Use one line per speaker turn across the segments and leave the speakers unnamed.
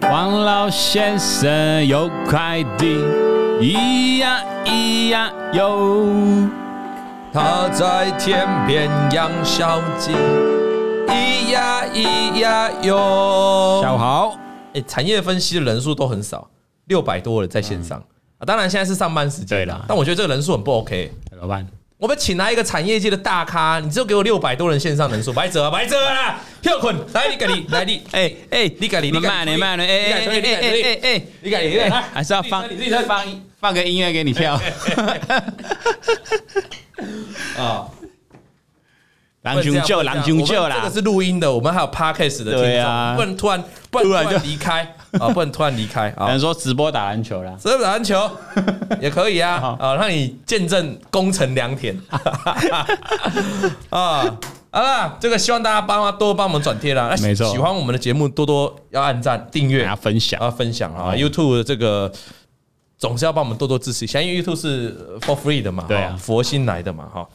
老先生有快递，咿呀咿呀哟，
他在天边养小鸡，咿呀咿呀哟。
小豪，
哎、产业分析的人数都很少，六百多了在线上、啊。当然现在是上班时间
嗯对
啦
啦，
但我觉得这个人数很不 OK。
怎么办？
我们请来一个产业界的大咖，你就给我六百多人线上人数，白折啊，白折 啊啦！跳滚，来你给你， 来你，
哎哎，
你给你，
你慢点慢点，哎哎哎哎哎哎，
你给你，
哎，
来
还是要放
你自己在
放放个音乐给你跳，
啊，
狼熊救
不能这样
狼熊救
我们这
啦
个，是录音的，我们还有 podcast 的听
对啊
众，不能突然不
突
能突
然就
然离开啊，不能突然离开
有
啊
人。说直播打篮球 啦，
这 篮球也可以啊
好，
啊，让你见证功成 良田啊！好啦，这个希望大家帮忙多帮我们转贴啦。那喜
没错
喜欢我们的节目多多要按赞、订阅
给他、分享
啊分享啊。
好
YouTube 的这个总是要帮我们多多支持一下，因为 YouTube 是呃 for free 的嘛，
对啊
哈佛心来的嘛，哈。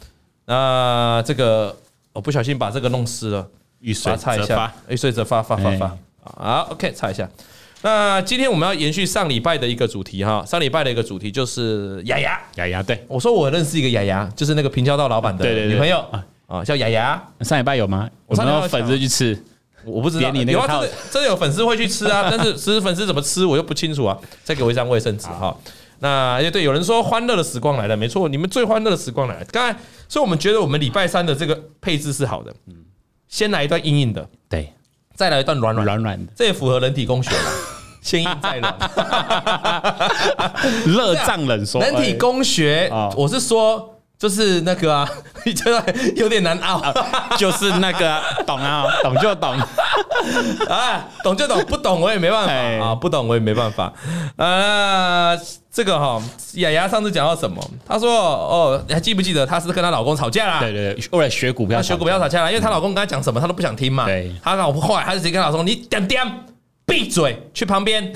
那这个我不小心把这个弄湿了。
遇
把
水
它擦一
则
下
发，，
哎，所以则发发发发
哎，
好，OK，擦一下。那今天我们要延续上礼拜的一个主题哈，上礼拜的一个主题就是雅雅。
雅雅对。
我说我认识一个雅雅，就是那个平交道老板的
对对对
女朋友
啊
啊，叫雅雅。
上礼拜有吗？
我
我
上
们
礼拜
有粉丝去吃，
我不知道
点你那个
有啊，
套
真的真的有粉丝会去吃啊， 但是其实粉丝怎么吃我又不清楚啊。再给我一张卫生纸哈。那也对，有人说欢乐的时光来了，没错，你们最欢乐的时光来了。刚才，所以我们觉得我们礼拜三的这个配置是好的，先来一段硬硬的，
对，
再来一段软软的
软软的，
这也符合人体工学 啦，先硬再软。
热胀冷缩。
人体工学
哦，
我是说。就是那个啊， 你真的有点难熬
哎 就是那个啊懂啊，懂就懂。
啊，懂就懂，不懂我也没办法
哎
啊，不懂我也没办法。呃，这个哈、雅雅上次讲到什么？她说哦，你还记不记得她是跟她老公吵架啦？
对对对，为了学股票，
她啊学股票吵架啦，因为她老公跟她讲什么，她都不想听嘛。
嗯对
她老婆后来她就直接跟她老公：“你点点闭嘴，去旁边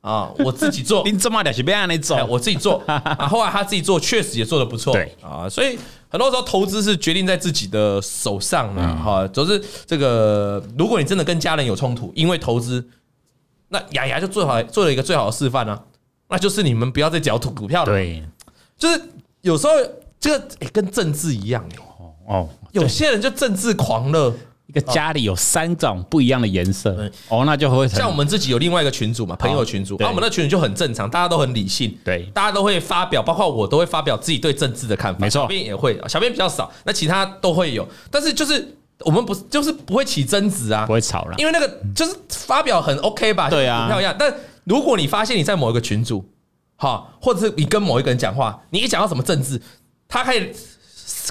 啊，我自 己做。”
你这么点是别让你走
哎，。我自己做啊。后来他自己做，确实也做得不错，
哦对
啊，所以很多时候投资是决定在自己的手上的
嗯
哈。就是这个，如果你真的跟家人有冲突，因为投资，那雅雅就最好做了一个最好的示范啊，那就是你们不要再嚼股票了，
对，
就是有时候这个、哎跟政治一样、哎
哦哦，
有些人就政治狂热。
一个家里有三种不一样的颜色
对，
哦，那就会很
像我们自己有另外一个群组嘛，朋友群组，
对
啊，我们那群组就很正常，大家都很理性，
对
大家都会发表，包括我都会发表自己对政治的看法，
没错
小编也会，小编比较少，那其他都会有，但是就是我们不是就是不会起争执啊
不，会吵了。
因为那个就是发表很 OK 吧，
对啊
就跟股票一样。但如果你发现你在某一个群组，哈，或者是你跟某一个人讲话，你一讲到什么政治，他开始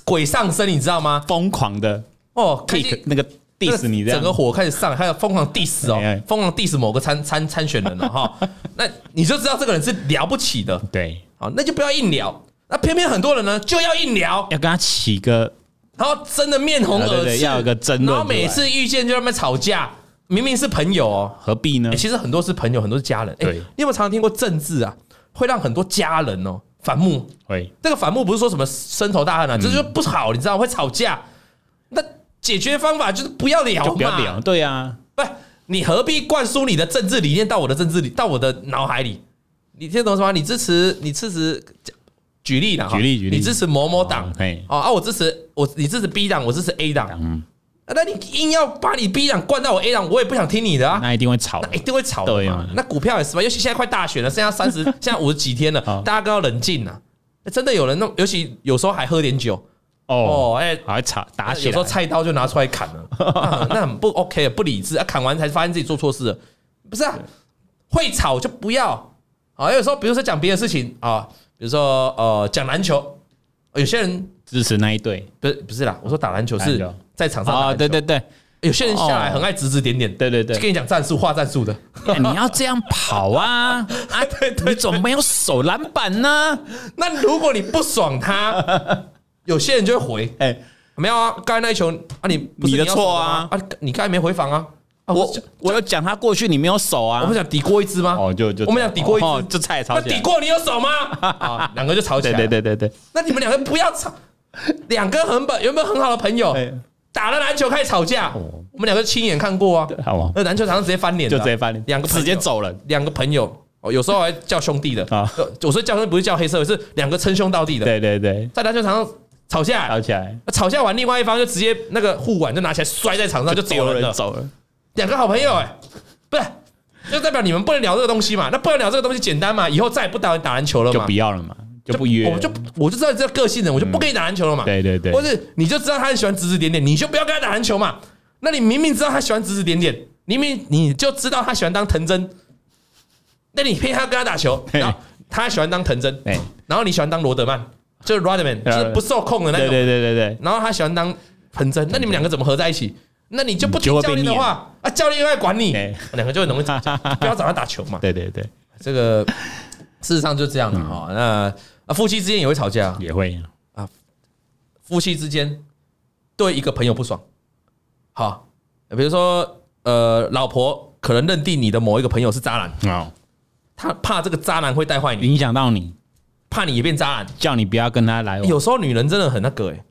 鬼上身，你知道吗？
疯狂的
哦，开
kick
始
那个 diss 你这
整个
样，
火开始上，还有疯狂 diss
哎
哦
哎，
疯狂 diss 某个参参参选人了哦哈， 那你就知道这个人是了不起的，
对，
好，那就不要硬聊。那偏偏很多人呢就要硬聊，
要跟他起个
然后真的面红
哎啊对
耳
对
赤，
要有个争论
然后
出
每
来
次遇见就在那边吵架，明明是朋友哦，
何必呢
欸？其实很多是朋友，很多是家人。欸
对
你有没有常常听过政治啊，会让很多家人哦反目？
会
这个反目不是说什么深仇大恨啊，这就是不好，你知道会吵架。那解决方法就是不要聊嘛，
就不要聊，对啊，
不，你何必灌输你的政治理念到我的政治里，到我的脑海里？你听得懂什么？你支持，你支持，举例啦，哈
举例举例
你支持某某党
哦，嘿
哦啊，我支持我，你支持 B 党，我支持 A 党，
嗯
啊那你硬要把你 B 党灌到我 A 党，我也不想听你的啊。
那一定会吵
那。一定会吵
嗯
的
对
嘛
嘛？
那股票也是嘛，尤其现在快大选了，剩 下三十，现在五十几天了
好，
大家都要冷静了。那真的有人弄，尤其有时候还喝点酒
哦，
哦，哎，
还会吵打起
有时候
来，
菜刀就拿出来砍了， 那那很不 OK，不理智啊！砍完才发现自己做错事了，不是啊？会吵就不要啊！有时候比如说讲别的事情啊，比如说呃讲篮球，呃有些人
支持那一对。
不是不是啦，我说打篮球
打
是
篮球
在场上打
哦，
篮球
对对对
有些人下来很爱指指点点，
对对
就
对，
跟你讲战术画战术的，
哎你要这样跑啊 啊！你怎么没有手篮板呢？
那如果你不爽他，有些人就会回，
哎、
没有啊，刚才那一球啊你不是
你的
要
错啊
守的吗啊你刚才没回防啊，啊
我我有讲他过去你没有手啊，
我们想抵过一支吗？
哦就就
我们想抵过一支
哦就菜吵
那
起
抵
来，
过你有 手吗？啊，两个就吵起
对
来。
对，对对对，
那你们两个不要吵，两个很本原本很好的朋友，
哎
打了篮球开始吵架，我们两个亲眼看过啊。
好吗？
那篮球场上直接翻脸的
就
啊，
直接翻脸，
两个朋友
直接走人。
两个朋友，哦，有时候还叫兄弟的
啊
啊。我说叫兄弟不是叫黑社会，是两个称兄道弟的，
对啊对对，
在篮球场上吵架，
吵起来，
吵架完另外一方就直接那个护腕就拿起来摔在场上就走
丢
人
人
了。
走了。
两个好朋友、哎，不是，就代表你们不能聊这个东西嘛？那不能聊这个东西简单嘛？以后再也不打打篮球了
就
嘛
不？要了嘛，就不约了。嗯
我就我就知道你这个性人，我就不跟你打篮球了嘛。
对对对
或，是你就知道他很喜欢指指点点，你就不要跟他打篮球嘛。那你明明知道他喜欢指指点点，明明你就知道他喜欢当藤真，那你偏要跟他打球，
嘿
然后他喜欢当藤真，
哎，
然后你喜欢当罗德曼，就是 Rodman，就是不受控的那
对对
种。
对对对，
然后他喜欢当藤真，那你们两个怎么合在一起？那你就不
你就会
听
被
教练的
念
话啊，教练又爱管你
哎，
两个就很容易吵架，不要找他打球嘛。
对对对，
这个事实上就这样了哈。那啊，夫妻之间也会吵架，
也会
夫妻之间对一个朋友不爽，好，比如说呃，老婆可能认定你的某一个朋友是渣男，
哦，
她怕这个渣男会带坏你，
影响到你，
怕你也变渣男。
叫你不要跟他来往。
有时候女人真的很那个哎、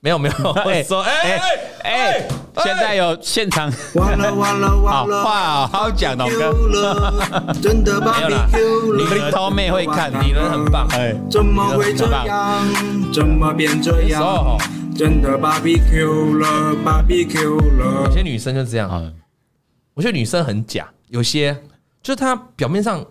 没有没有，我说 哎哎哎
哎，，现在有现场
完了完了
好
完了，
话好好讲的，我哥，
了， 真的 barbecue
你
了，
跟偷妹会看
女
你。
人很棒，
哎，
啊怎么会这样？怎么变这
有时
样？
候哈，哦
真的 barbecue 了，barbecue 了
有。些女生就这样，
嗯，
我觉得女生很假，有些就是她表面上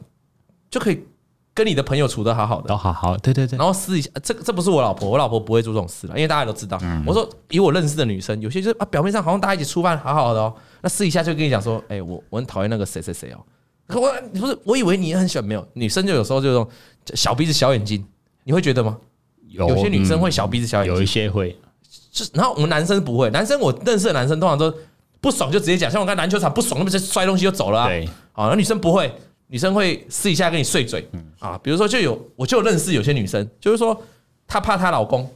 就可以跟你的朋友处得好好的，
都好好，对对对
然，后私底下，呃这个这不是我老婆，我老婆不会做这种事了，因为大家都知道。
嗯
我说以我认识的女生，有些就是啊，表面上好像大家一起吃饭好好的哦，那私底下就跟你讲说，哎、我我很讨厌那个谁谁谁哦。可我你不是，我以为你也很喜欢，没有女生就有时候就这种小鼻子小眼睛，你会觉得吗？
有
有些女生会
嗯
小鼻子小眼
有一
睛，
些会，
就是然后我们男生不会，男生我认识的男生通常都不爽就直接讲，像我刚才篮球场不爽，那么就摔东西就走了、啊。
对，
啊，那女生不会，女生会试一下跟你碎嘴啊。比如说，就有我就有认识有些女生，就是说她怕她老公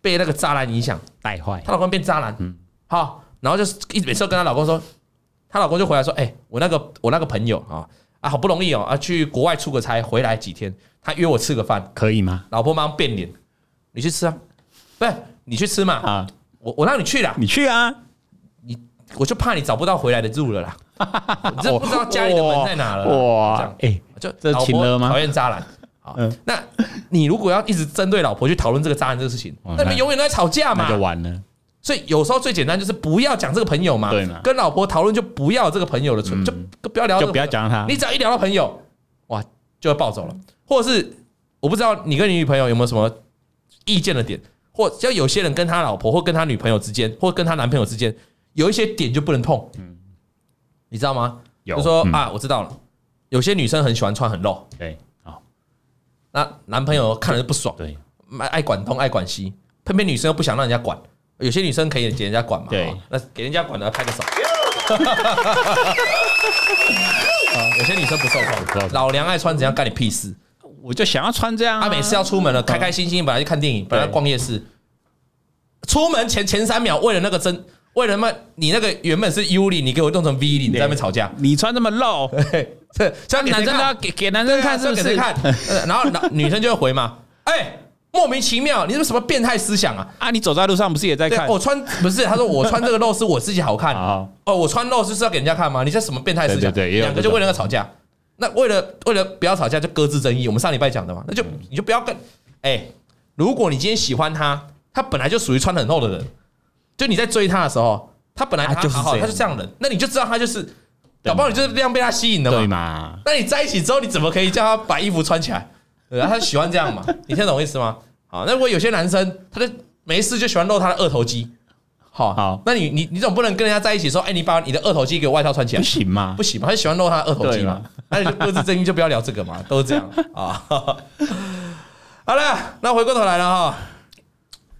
被那个渣男影响，
带坏，
她老公变渣男，好，然后就是一直每次都跟她老公说，她老公就回来说，哎、我那个我那个朋友啊啊，好不容易哦啊，去国外出个差，回来几天，他约我吃个饭，
可以吗？
老婆马上变脸，你去吃啊，不是你去吃嘛，
啊，
我我让你去啦，
你去啊，
我就怕你找不到回来的路了啦，你这不知道家里的门在哪了啦这
哇
样，
哎，
就
呃这
老婆
情勒吗
讨厌渣 男。好
嗯，
那你如果要一直针对老婆去讨论这个渣男这个事情，
哦
那你们
那
永远都在吵架嘛
那。就完了，
所以有时候最简单就是不要讲这个朋友嘛
对嘛，嗯
跟老婆讨论就不要这个朋友的存，就就不要聊，
就不要。讲啊他
你，只要一聊到朋友，哇，就要暴走了。或者是我不知道你跟你女朋友有没有什么意见的点，或只要有些人跟他老婆或跟他女朋友之间，或跟他男朋友之间，有一些点就不能碰，你知道吗？
嗯有
就说
嗯
啊，我知道了，有些女生很喜欢穿很露。
对，好，
那男朋友看了就不爽，
对，
爱爱管东爱管西，偏偏女生又不想让人家管，有些女生可以给人家管嘛，
对
哦那给人家管的拍个手。 啊有些女生不受
不受
控，
控
老娘爱穿怎样干你屁事？
我就想要穿这样啊，
她每次要出门了，开开心心，本来去看电影，本来逛夜市，出门前前三秒为了那个真，为了那你那个原本是 U 里，你给我弄成 V 里，你在那边吵架，
你穿这么露，
嘿这这样给
男
谁
生
看
都要 给给男生看，是不
给谁
是？
看？呃然后然后女生就会回嘛，哎，莫名其妙，你是不是什么变态思想啊？
啊，你走在路上不是也在
对
看？啊
我穿不是，他说我穿这个肉是我自己好 看
好
哦，我穿肉就是要给人家看吗？你这什么变态思
对
想？
对对也有
两个就为了那个吵架，那为了为了不要吵架就搁置争议。我们上礼拜讲的嘛，那
嗯
就你就不要跟哎，如果你今天喜欢他，他本来就属于穿很厚的人，就你在追他的时候，他本来
他
他
就是
好好，
这样
他就这样的人，那你就知道他就是，搞不好你就是这样被他吸引的
对
嘛。
嘛？
那你在一起之后，你怎么可以叫他把衣服穿起来？对啊，他喜欢这样嘛？你听得懂我意思吗？好，那如果有些男生，他就没事就喜欢露他的二头肌，好，
好
那你你你总不能跟人家在一起说，哎、你把你的二头肌给我外套穿起来
不，行嘛
不？行嘛？他就喜欢露他的二头肌
对
嘛
嘛？
那你就各自争议，就不要聊这个嘛，都是这 样啊。好了，那回过头来了哈，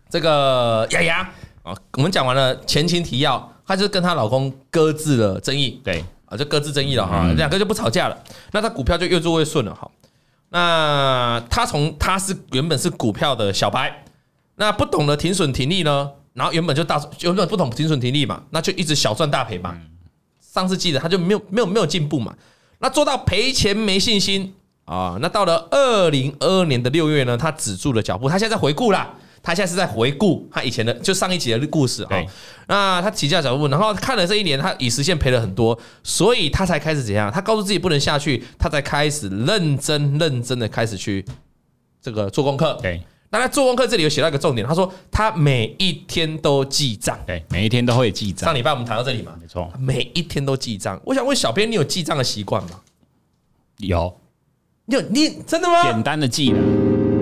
这个雅雅啊，我们讲完了前情提要，她就跟她老公搁置了争议，
对，
啊，就各自争议了哈，
嗯
两个就不吵架了。那他股票就越做越顺了哈。那他从他是原本是股票的小白，那不懂得停损停利呢，然后原本就大原本不懂停损停利嘛，那就一直小赚大赔嘛。
嗯
上次记得他就没有没有没有进步嘛，那做到赔钱没信心啊。那到了二零二二年的六月呢，他止住了脚步，他现在在回顾啦。他现在是在回顾他以前的，就上一集的故事哈
对。
那他起价角度，然后看了这一年，他已实现赔了很多，所以他才开始怎样？他告诉自己不能下去，他才开始认真认真的开始去这个做功课。
对
那他做功课这里有写到一个重点，他说他每一天都记账。
对，每一天都会记
上
账，
礼拜我们谈到这里嘛，
没错，
每一天都记账。我想问小编，你有记账的习惯吗？
有
你有你真的吗
简？单的记了，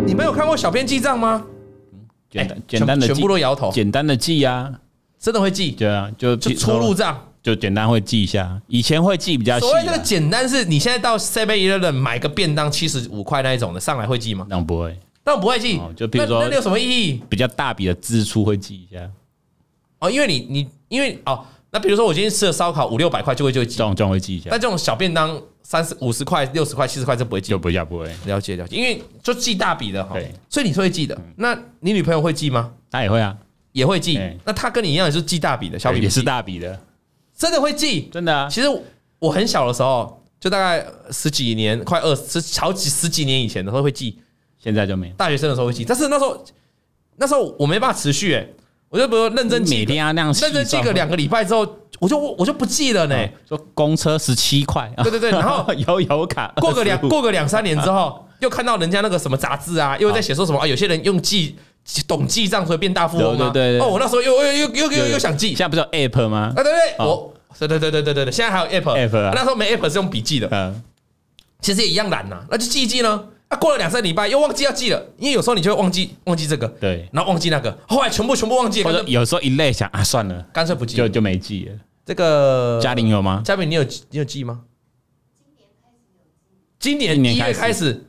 你没有看过小编记账吗？
简单
哎
简单的
全
记
全部，都摇头，
简单的记啊，
真的会记，
对啊，就
就出入账。
就简单会记一下，以前会记比较细
所
啊，
谓这个简单，是你现在到 Seven Eleven 买个便当七十五块那一种的，上来会记吗？
那我不会，
但我不会记
哦，就譬如
那
说
那你有什么意义？
比较大笔的支出会记一下，
哦，因为你你因为哦，那比如说我今天吃了烧烤五六百块就会就会
这
记，
种这种会记一下
但，这种小便当三十五十块六十块七十块这不会记
就。比较不会，
了解了解，因为就记大笔的哈
对，嗯
所以你是会记的。那你女朋友会记吗？
他也会啊，
也会记
哎。
那她跟你一样也是记大笔的，小
也
笔
是
记，
大笔的，
真的会记。
真的啊，
其实我很小的时候，就大概十几年，快二十好几十几年以前的时候会记，
现在就没有，
大学生的时候会记，但是那时候那时候我没办法持续、欸，我就比如认真
每
记个，
天要那样细
认真记
账
个两个礼拜之后，我就我就不记了呢、
嗯说公车十七块，
对对对 然后
油油卡
过个两
25
过个两三年之后，又看到人家那个什么杂志啊，又在写说什么啊，有些人用记懂记账所以变大富翁啊，
对对对对
哦，我那时候又又又又又又想记
现，在不是有 app 吗
啊，？对对，
哦
我。对对对对对对对，现在还有 app
App 啊
那时候没 app 是用笔记的，
嗯，
其实也一样懒呐、那就记一记呢。啊，过了两三礼拜又忘记要记了，因为有时候你就会忘记忘记这个，
对
然后忘记那个，后来全部全部忘记，
或
干
者
脆
有时候一累想啊，算了，
干脆不记
就
了。呃
就没记了。
这个
嘉玲有吗？
嘉敏，你有你有记吗？今年
今年
一月开
开
始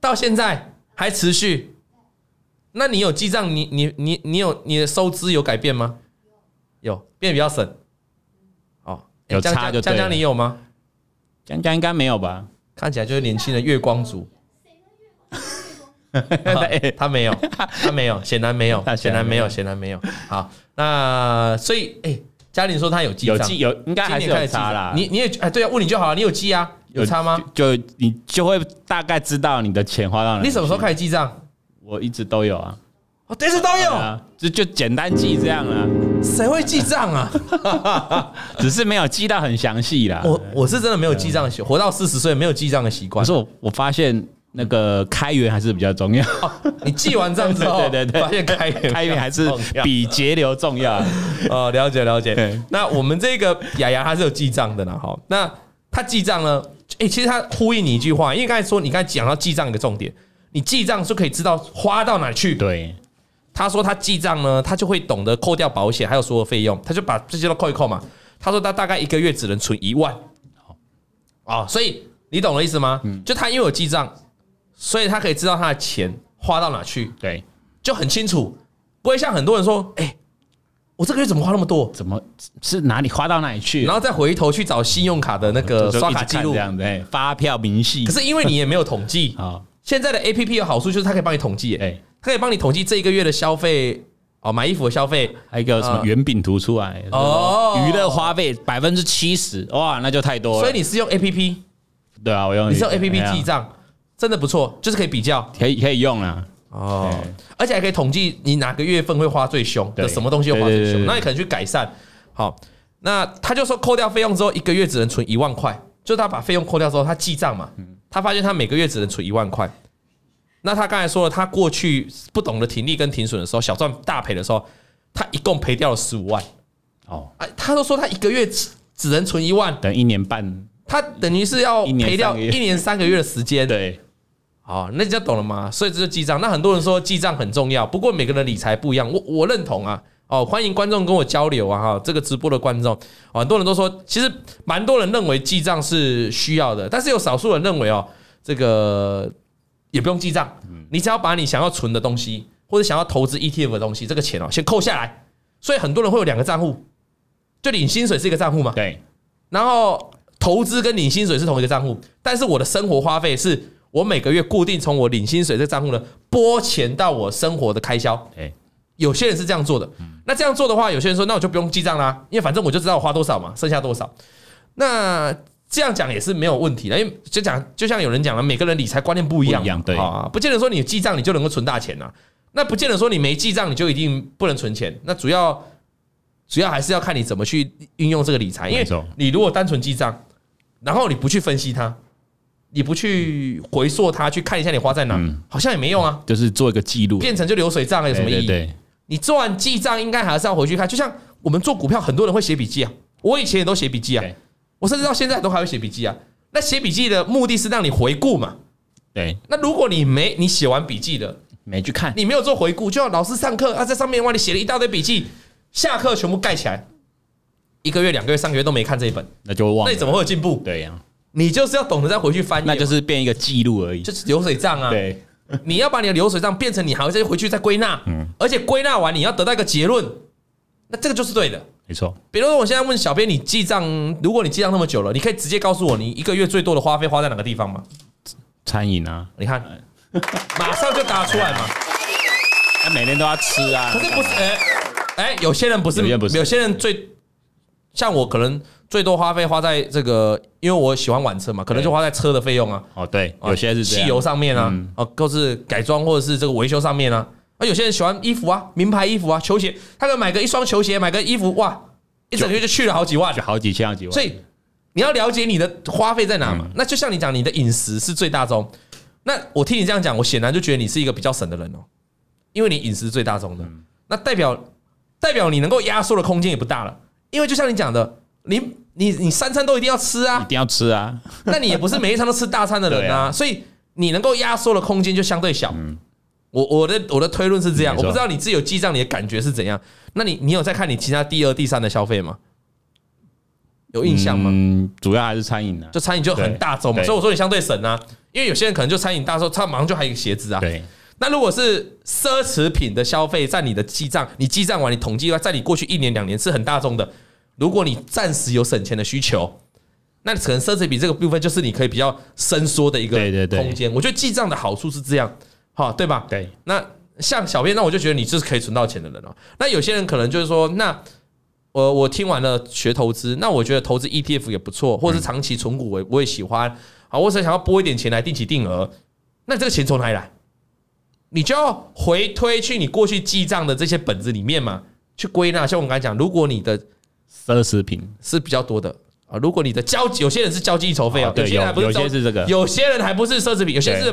到现在还持续，那你有记账？你你你你有你的收支有改变吗？有变得比较省。哦，诶
有
江
差就
江江
对
江，
了
你有吗？
江江应该没有吧？
看起来就是年轻的月光族。
对
他没有，他没有，显然没有，
他
显
显
然
然
没
没
有，
有
显然没有。好，那所以，哎，嘉玲说她有记
有
账，
记有，应该
今
还是
年开
有
始记
差啦
账。你你也哎，对啊，问你就好了，你有记啊？有差吗？？
就就你就会大概知道你的钱花到哪里。
你什么时候开？始记账？
我一直都有啊，
哦，但是都
对
有，
啊，就就简单记这样啊，
谁会记账啊？
只是没有记到很详细啦。
我我是真的没有记账的习，活到四十岁没有记账的习
可
惯
是。我我发现那个开源还是比较重要，
哦你记完账之后，
对对对
发现 开源
开源还是
比较重要
比节流重要。
哦，了解了解
对。
那我们这个雅雅她是有记账的啦，哈。那她记账呢？哎、其实她呼应你一句话，因为刚才说你刚才讲到记账一个重点，你记账就可以知道花到哪里去。
对，
她说她记账呢，她就会懂得扣掉保险还有所有费用，她就把这些都扣一扣嘛。她说她大概一个月只能存一万。哦，所以你懂我的意思吗？
嗯
就她因为有记账，所以她可以知道她的钱花到哪去，
对，
就很清楚，不会像很多人说，哎、我这个月怎么花那么多？
怎么是哪里花到哪里去？
然后再回头去找信用卡的那个
嗯就就
刷
一直
卡
看
记录
这。样子，嗯哎发票明细
可。是因为你也没有 统计，
好，
现在的 A P P 有好处就是它可以帮你统计耶，
哎，
它可以帮你统计这一个月的消费哦，买衣服的消费
还有一个什么圆饼图出来
哦
娱乐花费百分之七十，哇，那就太多了。
所以你是用 A P P，
对啊，我用
你是用 A P
哎
P
呀
记账，真的不错，就是可以比较
可以可以用啊，
哦
对，
而且还可以统计你哪个月份会花最凶
对
的，什么东西会花最
对对对
凶，
对
那你可能去改善。好，那他就说扣掉费用之后，一个月只能存一万块，就他把费用扣掉之后，他记账嘛，
嗯
他发现他每个月只能存一万块。那他刚才说了，他过去不懂得停利跟停损的时候，小赚大赔的时候，他一共赔掉了十五万。
哦，
哎，他都说他一个月只只能存一万，
等一年半，
他等于是要
一年
赔掉
三个月
一年三个月的时间。
对，
好，那你就懂了吗？所以这就记账。那很多人说记账很重要，不过每个人理财不一样，我我认同啊。哦，欢迎观众跟我交流啊！哈，这个直播的观众，哦很多人都说，其实蛮多人认为记账是需要的，但是有少数人认为哦，这个也不用记账，你只要把你想要存的东西或者想要投资 ETF 的东西，这个钱哦先扣下来。所以很多人会有两个账户，就领薪水是一个账户嘛，
对，
然后投资跟领薪水是同一个账户，但是我的生活花费是我每个月固定从我领薪水这个账户呢拨钱到我生活的开销。
对，
有些人是这样做的，那这样做的话，有些人说那我就不用记账啦，因为反正我就知道我花多少嘛，剩下多少。那这样讲也是没有问题的，因为就讲就像有人讲了，每个人理财观念不一样嘛，
不一样对
啊，不见得说你记账你就能够存大钱呐、那不见得说你没记账你就一定不能存钱，那主要主要还是要看你怎么去运用这个理财，因
没
为
错
你如果单纯记账，然后你不去分析它，你不去回溯它，去看一下你花在哪，好像也没用啊，
就是做一个记录，
变成就流水账了有什么意
嗯对
义？
对
你做完记账，应该还是要回去看。就像我们做股票，很多人会写笔记啊，我以前也都写笔记啊
对，
我甚至到现在都还会写笔记啊。那写笔记的目的是让你回顾嘛？
对对，
那如果你没你写完笔记的，
没去看，
你没有做回顾，就要老师上课啊，在上面哇，你写了一大堆笔记，下课全部盖起来，一个月、两个月、三个月都没看这一本，
那就忘
那
了。
你怎么会有进步？
对呀？
你就是要懂得再回去翻页嘛，
那就是变一个记录而已。
就是流水账啊。
对，
你要把你的流水账变成你还要再回去再归纳，而且归纳完你要得到一个结论，那这个就是对的。
没错，
比如说，我现在问小编，你记账，如果你记账那么久了，你可以直接告诉我，你一个月最多的花费花在哪个地方吗？
餐饮啊，
你看，马上就答出来嘛。
那每天都要吃啊。
可是不是？哎、哎，有些人不是，
有些人不是
有些人最像我，可能最多花费花在这个，因为我喜欢玩车嘛，可能就花在车的费用啊，
哦，对，
啊
有些是这
汽
样
油上面啊
嗯，
啊，或是改装或者是这个维修上面啊。啊，有些人喜欢衣服啊，名牌衣服啊，球鞋，他可能买个一双球鞋，买个衣服，哇，一整个月就去了好几万
就。好几千、好几万。
所以你要了解你的花费在哪嘛。
嗯
那就像你讲，你的饮食是最大宗。那我听你这样讲，我显然就觉得你是一个比较省的人哦，因为你饮食是最大宗的。
嗯
那代表代表你能够压缩的空间也不大了，因为就像你讲的，你你你三餐都一定要吃
一
啊，
定要吃啊，
那你也不是每一餐都吃大餐的人
对
啊，
啊嗯
所以你能够压缩的空间就相对小。我我的我的推论是这样，
没
我
错
不知道你自己有记账，你的感觉是怎样？那你你有在看你其他第二、第三的消费吗？有印象吗？
嗯，主要还是餐饮啊。
就餐饮就很大众嘛，
对对
所以我说你相对省啊，因为有些人可能就餐饮大众，他马上就还有一个鞋子啊。
对，
那如果是奢侈品的消费占你的记账，你记账完你统计完，在你过去一年两年是很大众的。如果你暂时有省钱的需求，那可能奢侈品这个部分就是你可以比较伸缩的一个
对对对
空间。我觉得记账的好处是这样，哈，对吧？
对，
那像小编，那我就觉得你就是可以存到钱的人了、哦那有些人可能就是说，那我我听完了学投资，那我觉得投资 ETF 也不错，或者是
嗯
长期存股我也我也喜欢。好，我只想要拨一点钱来定期定额，那这个钱从哪里来？你就要回推去你过去记账的这些本子里面嘛，去归纳。像我们刚才讲，如果你的
奢侈品
是比较多的啊，如果你的交有些人是交际筹费
哦
哦，
对
有些人还不
有
是交
有些是这个
有些人还不是奢侈品，有些是
对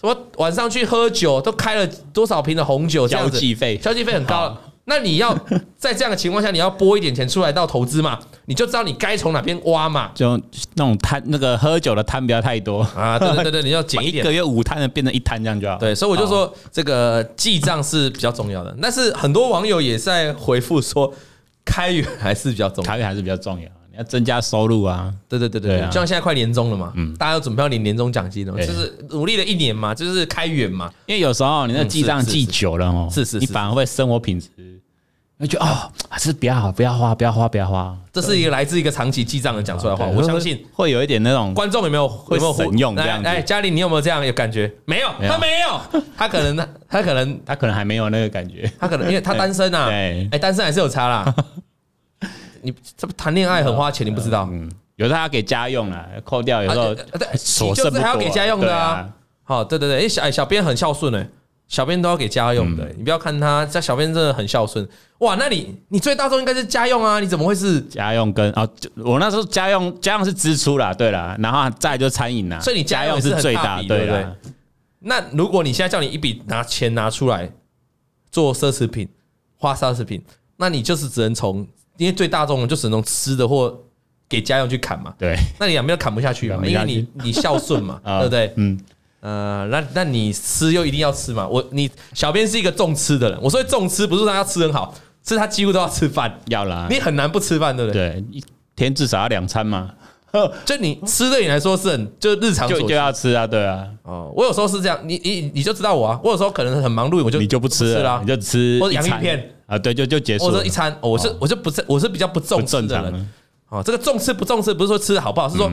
什么晚上去喝酒都开了多少瓶的红酒这
交
样子，
际费，
交际费很高了。那你要在这样的情况下，你要拨一点钱出来到投资嘛，你就知道你该从哪边挖嘛。
就那种摊那个喝酒的摊不要太多，
啊，对对对对，你要
把
减一
一
点
个。月五摊的变成一摊这样就好。
对，所以我就说这个记账是比较重要的，但是很多网友也在回复说，开源还是比较重要。
咖啡还是比较重要，你要增加收入啊。
对对对对，
对
对
啊嗯
就像现在快年终了嘛，大家要准备要领年终奖金了嘛，
对
就是努力了一年嘛，就是开源嘛，
因为有时候你那个记账
嗯是是
记久了哦，
是是是
你反而会生活品质，那就哦，还是不要好，不要花，不要花，不要花。
这是一个来自一个长期记账人讲出来的话，
对
我相信。
会会有一点那种
观众有没有有没有
会神用这样子
哎，嘉玲，你有没有这样有感觉？没有，
没有
他没有，他可能他可能
他可能还没有那个感觉，
他可能因为他单身啊，
对
哎，单身还是有差 啦。你这不谈恋爱很花钱，你不知道？
嗯，有时候他给家用啦，扣掉，有时
啊
候
呃对
所
你就
剩
是
不
还要
多
给
啊
家用的啊
对。
好，对对对，哎，小哎小编很孝顺哎，小编都要给家
嗯
用的，你不要看他，这小编真的很孝顺。哇，那你你最大众应该是家用啊，你怎么会是？
家用跟哦，就我那时候家用家用是支出啦，对啦，然后再来就是餐饮啦，
所以你家
家
用
用
也是
是
很
最
大
大，
笔
对
对不
啦，
那如果你现在叫你一笔拿钱拿出来做奢侈品，花奢侈品，那你就是只能从因为最大众的就只能从吃的或给家用去砍嘛。
对，
那你两边都砍不下去嘛，
砍不
因
下
为
去
你你孝顺嘛，
啊
对不对？
嗯，
呃，那那你吃又一定要吃嘛？我你小编是一个重吃的人，我说的重吃不是说他要吃很好，是他几乎都要吃饭，
要啦，
你很难不吃饭，对不对？
对，一天至少要两餐嘛，
就你吃对你来说是很就日常所
就就
需。
要吃啊，对啊，
哦，我有时候是这样，你你你就知道我啊，我有时候可能很忙碌，我就
你就不吃
啦
了，你，就吃
啊或者
一
洋芋
餐
片
啊，对，就就结束
或者
了
一，餐，哦我是我就不是我是比较不重
不
吃
正
的
常啊嗯
人
了。
哦，这个重吃不重吃不是说吃的好不好，是说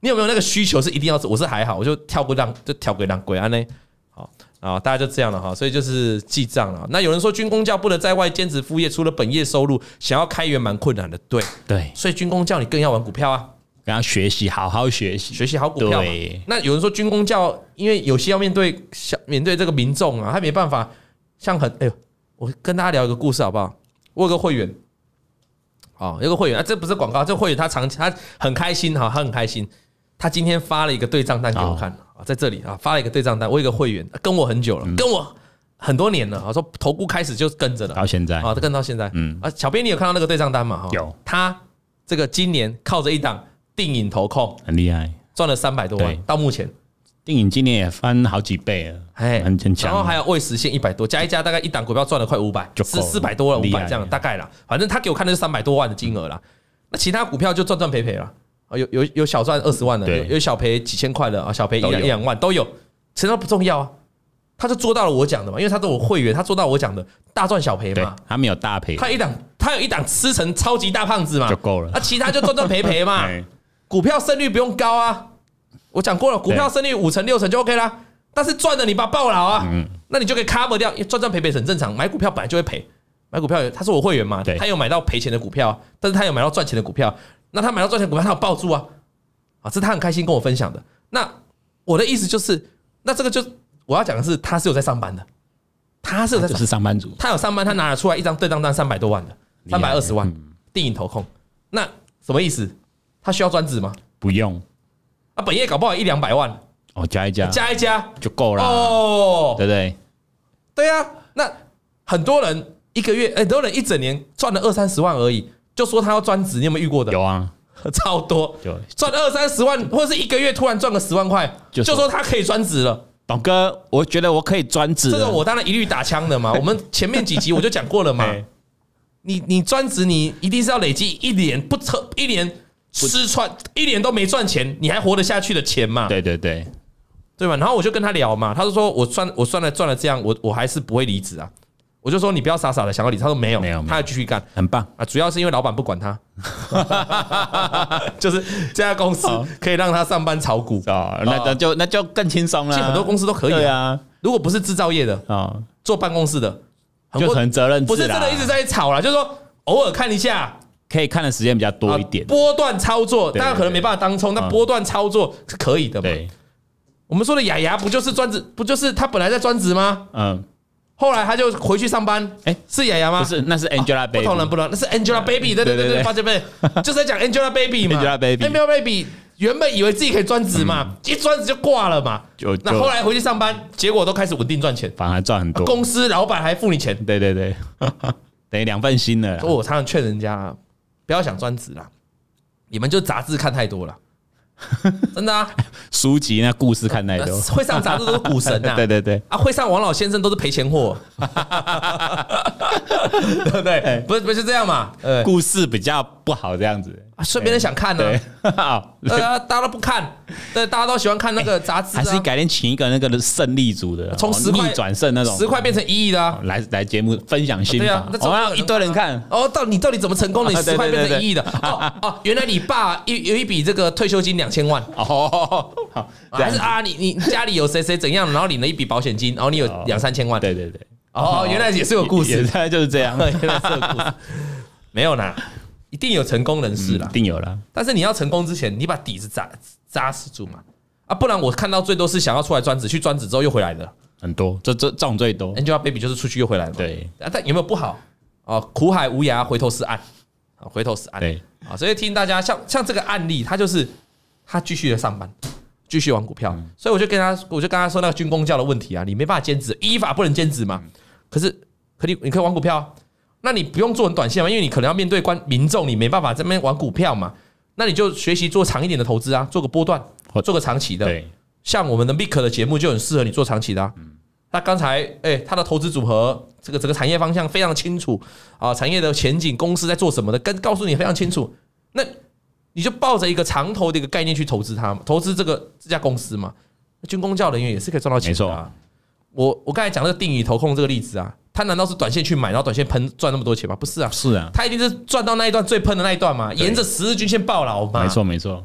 你有没有那个需求是一定要吃？我是还好，我就跳过让就跳过让鬼安呢。好啊，大家就这样了哈，所以就是记账了。那有人说军工教不能在外兼职副业，除了本业收入，想要开源蛮困难的。对，
对，
所以军工教你更要玩股票啊，
跟他学习，好好学习，
学习好股票嘛
对。
那有人说军工教，因为有些要面对小面对这个民众啊，他没办法。像很哎呦，我跟大家聊一个故事好不好？我有个会员，哦，有个会员啊，这不是广告，这会员他长期他很开心哈，他很开心，他今天发了一个对账单给我看
哦
啊，在这里啊发了一个对账单，我有一个会员啊跟我很久
嗯
了，跟我很多年了啊，说投顾开始就跟着了，
到现在
啊，跟到现在，嗯
哎嗯
啊，小编你有看到那个对账单吗？哈，
有，
他这个今年靠着一档定影投控
很厉害。
赚了三百多
对
万，到目前。
电影今年也翻好几倍了，
哎，
很很强。
然后还有未实现一百多，加一加大概一档股票赚了快五百，
就够
四
了
四百多了，五
厉
百
害
这样大概啦。反正他给我看的是三百多万的金额啦，那其他股票就赚赚赔赔了，啊有有有小赚二十万的，
对
有有小赔几千块的啊，小赔一
都
两
有
一两万都有，其他不重要啊。他就做到了我讲的嘛，因为他是我会员，他做到我讲的大赚小赔
对
嘛。，
他没有大赔
他一档，他有一档吃成超级大胖子嘛
就，够了
那。其他就赚赚赔 赔嘛。
哎
股票胜率不用高啊，我讲过了，股票胜率五成六成就 OK 啦。但是赚的你把它爆牢啊，
嗯
那你就可以 cover 掉，因为赚赚赔赔是很正常。买股票本来就会赔，买股票有他是我会员嘛，
对
他有买到赔钱的股票，啊但是他有买到赚钱的股票，那他买到赚钱的股票他有抱住啊，啊，这是他很开心跟我分享的。那我的意思就是，那这个就我要讲的是，他是有在上班的，他是有在
这
上
是上班族，
他有上班，他拿得出来一张对账单三百多万的，
厉
三百
害
二十万，
嗯
电影投控，那什么意思？他需要专职吗？
不用
啊，本业搞不好一两百万，
哦，加一加
加一加，
就够了，
哦，
对不对？
对啊，那很多人一个月，很多人一整年赚了二三十万而已，就说他要专职，你有没有遇过的？
有啊，
超多，
有。
赚二三十万，或者是一个月突然赚个十万块，就
就说
说他可以专职了。
董哥，我觉得我可以专职
这
了。
个我当然一律打枪 的嘛，我们前面几集我就讲过了嘛。
哎
你你专职你一定是要累积一年不测一年吃穿一年都没赚钱，你还活得下去的钱嘛，
对对对，
对吧？然后我就跟他聊嘛，他就说我算我算了赚了这样，我我还是不会离职啊。我就说你不要傻傻的想要离职，他说没有，
没有没有
他要继续干
很棒。
啊，主要是因为老板不管他， 就是这家公司
好
可以让他上班炒股，
哦，那那就那就更轻松了。
其实很多公司都可以
对
啊。
啊，
如果不是制造业的，
哦，
做办公室的，很
就
多
很啊责任制
呃不
啦
是真的一直在吵啦，就是说偶尔看一下，
可以看的时间比较多一点
啊。波段操作，
对
当然可能没办法当冲，但
嗯
波段操作是可以的嘛。
对，
我们说的雅雅不就是专职，不就是他本来在专职吗？
嗯，
后来他就回去上班，
哎
是雅雅吗？
不，是，那是 Angelababy，
不同人不同人，那是 Angelababy，对对对
对
对，
对
发现没？ 就是在讲 Angelababy 嘛
Angelababy
Angelababy 原本以为自己可以专职嘛，一专职就挂了嘛，
嗯就
那
就
后来回去上班，结果都开始稳定赚钱，
反而赚很多。
啊公司老板还付你钱，
对对对， 等于两份薪了啦。
所以我常常劝人家啊，不要想专职啦，你们就杂志看太 多了，真的啊，
书籍那故事看太多，
会上杂志都是股神呃呐、啊，
对对对，
啊，会上王老先生都是赔 钱货，对不
哎
对？不是不是这样嘛，呃，
故事比较不好这样 子。
啊顺便人想看呢、
对
啊，，
好
对啊，大家都不看，对，大家都喜欢看那个杂志、啊，
哎还是改天请一个那个胜利组的，
从
哦
10块
逆转胜那种，
十块变成一亿的、啊。
来来节目分享心
对
法
啊，那，
我
总共有
让一堆人 看。
哦，到你到底怎么成功的？你
啊对
十块
对
变
对
成
对
一 亿的哦哦，原来你爸有有一笔这个退休金两千万，
哦， 好，这
还
样
是
子
啊，你你家里有谁谁怎样，然后领了一笔保险金，然后你有
哦
两三千万。
对对对，
哦，原来也是有故
也
事，
大概就是这样，
原来是有故事。没有啦，一定有成功人士啦
一。定有了。
但是你要成功之前，你把底子扎扎实住嘛。啊，不然我看到最多是想要出来专职，去专职之后又回来的。
很多，这这这种最多。
Angelababy 就是出去又回来嘛。
对
啊，但有没有不好？哦，苦海无涯，回头是岸。啊，回头是岸。
对，
啊，所以听大家像像这个案例，他就是他继续的上班，继续玩股票，所以我就跟他我就跟他说那个军工教的问题啊，你没办法兼职，依法不能兼职嘛。可是可你你可以玩股票啊、那你不用做很短线嘛，因为你可能要面对观民众，你没办法在那边玩股票嘛。那你就学习做长一点的投资啊，做个波段
或，
做个长期的。
对，
像我们的 Mick 的节目就很适合你做长期的、啊。
嗯
他刚才哎、他的投资组合，这个整个产业方向非常清楚啊，产业的前景、公司在做什么的，跟告诉你非常清楚。那你就抱着一个长投的一个概念去投资它嘛，投资这个这家公司嘛。军工教人员也是可以赚到钱的、啊。我我刚才讲那个定宇投控这个例子啊，他难道是短线去买，然后短线喷赚那么多钱吗？不是啊，
是啊，
他一定是赚到那一段最喷的那一段嘛，沿着十日均线暴牢嘛。
没错没错，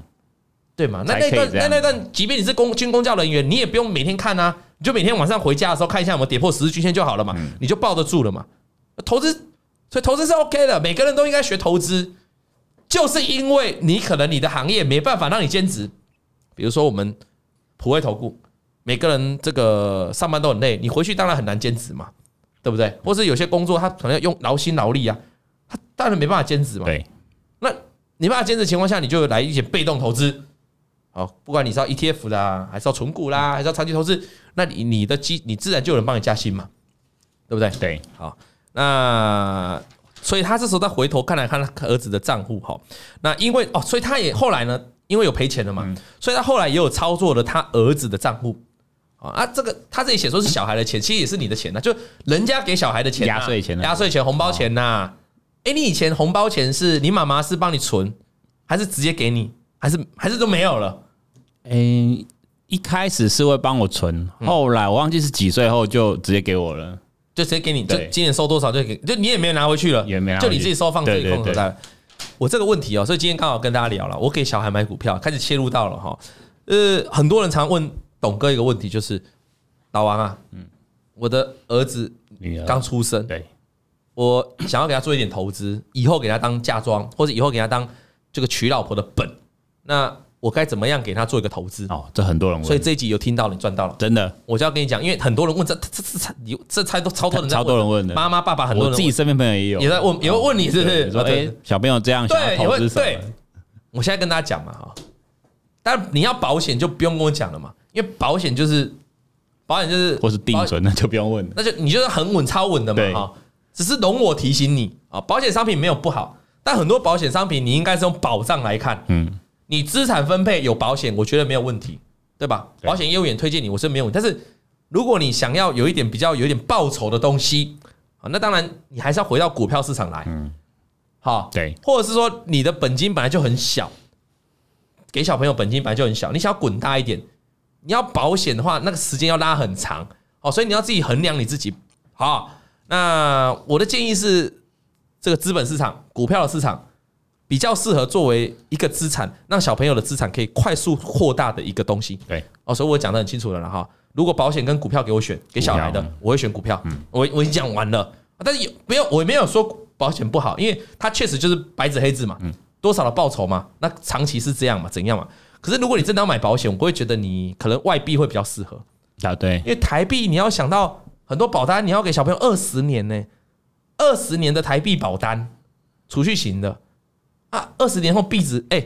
对嘛？那
才
那
可以
段
这
那
样
那段，即便你是公军公教人员，你也不用每天看啊，你就每天晚上回家的时候看一下我们跌破十日均线就好了嘛，
嗯
你就抱得住了嘛。投资，所以投资是 OK 的，每个人都应该学投资，就是因为你可能你的行业没办法让你兼职，比如说我们普惠投顾，每个人这个上班都很累，你回去当然很难兼职嘛。对不对？或是有些工作他可能要用劳心劳力啊，他当然没办法兼职嘛。
对，
那你没办法兼职的情况下，你就来一些被动投资。好，不管你是要 ETF 啦，还是要存股啦，还是要长期投资，那你你的基你自然就有人帮你加薪嘛，对不对？
对，
好，那所以他这时候再回头看来看他儿子的账户，哈，那因为哦，所以他也后来呢，因为有赔钱了
嗯
嘛，所以他后来也有操作了他儿子的账户。啊，这个他这里写说是小孩的钱，其实也是你的钱呐、就人家给小孩的钱啊、
压岁钱啊
压岁钱、红包钱呐、哎、你以前红包钱是你妈妈是帮你存，还是直接给你，还是还是都没有了？
诶，哎一开始是会帮我存，
嗯
后来我忘记是几岁后就直接给我了。
就直接给你，就
对
今年收多少就给，就你也没有拿回去了，
也没拿回
就
去
你自己收放自己
对
空
对
口袋。我这个问题哦，所以今天刚好跟大家聊了，我给小孩买股票，开始切入到了哈。呃，很多人常问董哥一个问题，就是老王啊，嗯，我的儿子
女儿
刚出生，
对，
我想要给他做一点投资，以后给他当嫁妆，或者以后给他当这个娶老婆的本，那我该怎么样给他做一个投资？
哦，这很多人问，
所以这一集有听到你赚到了，
真的
我就要跟你讲，因为很多人问这这这这这你这猜都超多人在
超多人问的
妈妈爸爸很多
我
人
自己身边朋友也有
也在问，也会问你是不
对
是？啊
你说哎，
对
诶小朋友这样想
对，
要
也
投
会
资什
对
么？。
我现在跟大家讲嘛哈，但你要保险就不用跟我讲了嘛，因为保险就是保险就是
或是定
保
存，那就不用问了。
那就你就是很稳超稳的嘛
对
哈。只是容我提醒你啊，保险商品没有不好，但很多保险商品你应该是用保障来看，
嗯，
你资产分配有保险，我觉得没有问题，对吧？
对
保险业务员推荐你，我是没有问题。但是如果你想要有一点比较有一点报酬的东西啊，那当然你还是要回到股票市场来，
嗯
好，
对，
或者是说你的本金本来就很小，给小朋友本金本来就很小，你想要滚大一点，你要保险的话，那个时间要拉很长哦，所以你要自己衡量你自己。好，那我的建议是，这个资本市场、股票的市场比较适合作为一个资产，让小朋友的资产可以快速扩大的一个东西。
对，
哦，所以我讲的很清楚了啦哈。如果保险跟股票给我选，给小孩的
股票，嗯
我会选股票。我我已经讲完了，啊但是也没有，我没有说保险不好，因为它确实就是白纸黑字嘛，
嗯
多少的报酬嘛，那长期是这样嘛，怎样嘛？可是如果你真的要买保险，我会觉得你可能外币会比较适合，
啊对
因，为台币你要想到很多保单，你要给小朋友二十年呢、二十年的台币保单，储蓄型的啊，二十年后币值哎，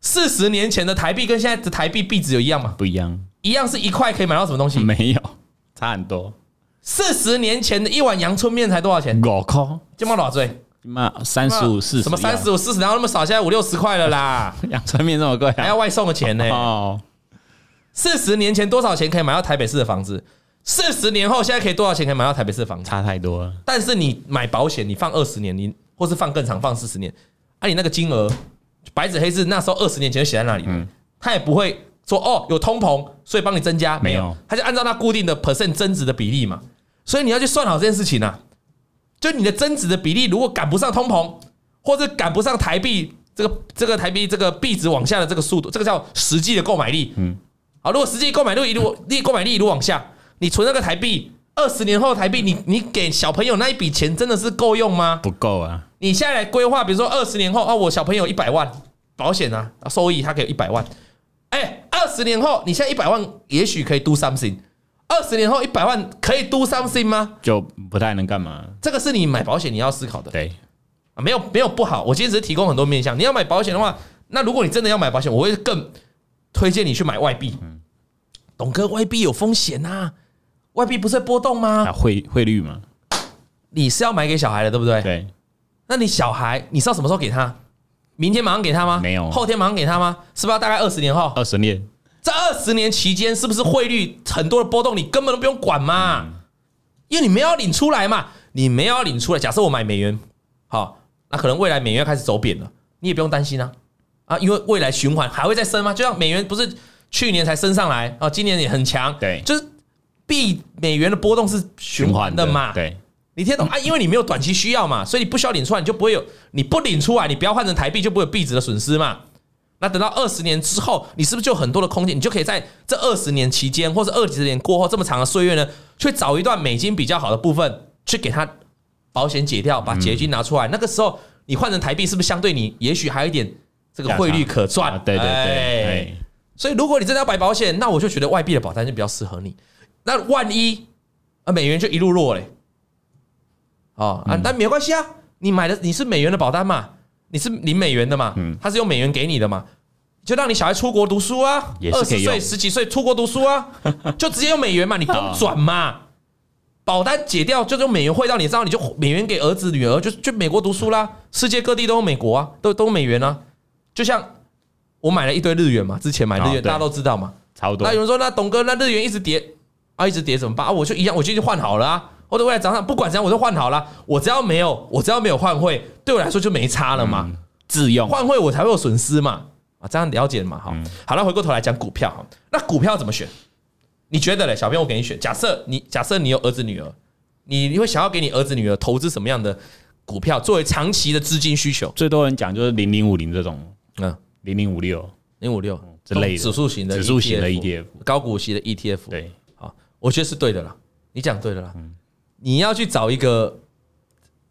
四、十年前的台币跟现在的台币币值有一样吗？
不一样，
一样是一块可以买到什么东西？
没有差很多，
四十年前的一碗阳春面才多少钱？
五块，
这么多少岁？
妈三十五四十，
什么三十五、四十，然后那么少，现在五六十块了 啦，
阳春面这么贵啊，
还要外送的钱呢、
哦，
四十年前多少钱可以买到台北市的房子？四十年后现在可以多少钱可以买到台北市的房子？
差太多了，
但是你买保险，你放二十年，你或是放更长，放四十年，啊，你那个金额白纸黑字，那时候二十年前就写在那里了，
嗯
他也不会说哦有通膨，所以帮你增加，
没有
他就按照他固定的 percent 增值的比例嘛，所以你要去算好这件事情啊，就你的增值的比例如果赶不上通膨，或者赶不上台币这个这个台币这个币值往下的这个速度，这个叫实际的购买力，嗯，好，如果实际购买力一路力购买力一路往下，你存那个台币。二十年后台币，你你给小朋友那一笔钱真的是够用吗？
不够啊，
你现在来规划，比如说二十年后，哦，我小朋友一百万保险啊，收益他可以一百万。哎，二十年后，你现在一百万也许可以 do something，二十年后一百万可以 do something 吗？
就不太能干嘛，
这个是你买保险你要思考的，
对，
啊没有没有不好。我今天只是提供很多面向。你要买保险的话，那如果你真的要买保险，我会更推荐你去买外币。董哥，外币有风险呐、外币不是会波动
啊
吗？
汇汇率嘛，
你是要买给小孩的，对不对？
对，
那你小孩，你知道什么时候给他？明天马上给他吗？
没有
后天马上给他吗？是不是要大概二十年后？
二十年，
这二十年期间，是不是汇率很多的波动，你根本都不用管嘛？因为你没有领出来嘛，你没有领出来。假设我买美元，好，那可能未来美元开始走贬了，你也不用担心啊啊，因为未来循环还会再升吗？就像美元不是去年才升上来啊，今年也很强，
对
就是币美元的波动是循环的嘛，
对，
你听
嗯
得懂啊？因为你没有短期需要嘛，所以你不需要领出来，你就不会有，你不领出来，你不要换成台币，就不会有币值的损失嘛。那等到二十年之后，你是不是就有很多的空间？你就可以在这二十年期间，或是二十年过后这么长的岁月呢，去找一段美金比较好的部分，去给它保险解掉，把结局拿出来。那个时候你换成台币，是不是相对你也许还有一点这个汇率可
啊
赚？
对对
哎
对，哎
所以如果你真的要买保险，那我就觉得外币的保单就比较适合你。那万一啊，美元就一路弱嘞。哦
嗯
啊，但没关系啊，你买的你是美元的保单嘛，你是零美元的嘛，
嗯
他是用美元给你的嘛，就让你小孩出国读书啊
也，是
二
可
十
以用
岁十几岁出国读书 啊，就直接用美元嘛，你不用
啊
转嘛。保单解掉就是用美元汇到你账，你就美元给儿子女儿，就去美国读书啦。世界各地都有美国啊，都都有美元啊。就像我买了一堆日元嘛，之前买日
哦对
元大家都知道嘛，
差不多
那。有人说，那董哥，那日元一直跌啊，一直跌怎么办啊？我就一样，我就去换好了啊。或者未来涨上，不管怎样，我都换好了啊。我只要没有，我只要没有换汇，对我来说就没差了嘛。
自用
换汇我才会有损失嘛。啊，这样了解嘛？好，好了，回过头来讲股票哈。那股票怎么选？你觉得嘞？小编，我给你选。假设你假设你有儿子女儿，你你会想要给你儿子女儿投资什么样的股票作为长期的资金需求？
最多人讲就是零零五零这种，
嗯，
零零五六
零五六
之类的
嗯指数型的 E
指数型的 ETF
高股息的 ETF，
对，嗯
好，我觉得是对的啦，你讲对的啦。你要去找一个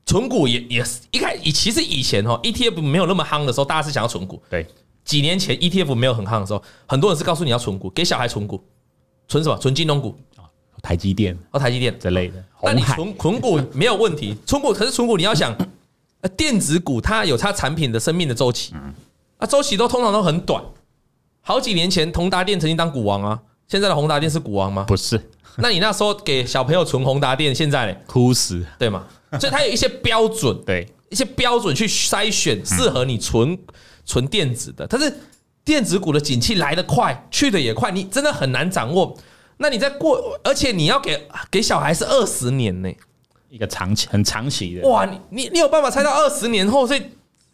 存股也也是一开以其实以前哦 ETF 没有那么夯的时候，大家是想要存股。
对，
几年前 ETF 没有很夯的时候，很多人是告诉你要存股，给小孩存股，存什么？存金融股，
台积电
哦，台积电。
之类的，
那
红
你
海
存存股没有 问题，存股可是存股你要想，呃电子股它有它产品的生命的周期，啊，周期都通常都很短。好几年前，宏达电曾经当股王啊，现在的宏达电是股 王吗？
不是
那你那时候给小朋友存宏达电，现在嘞，
哭死，
对 吗？所以它有一些标准，
对，
一些标准去筛选
嗯
适合你存存电子的。但是电子股的景气来得快，去得也快，你真的很难掌握。那你在过，而且你要给给小孩是二十年呢、
一个长期很长期的，
哇，你你你有办法猜到二十年后这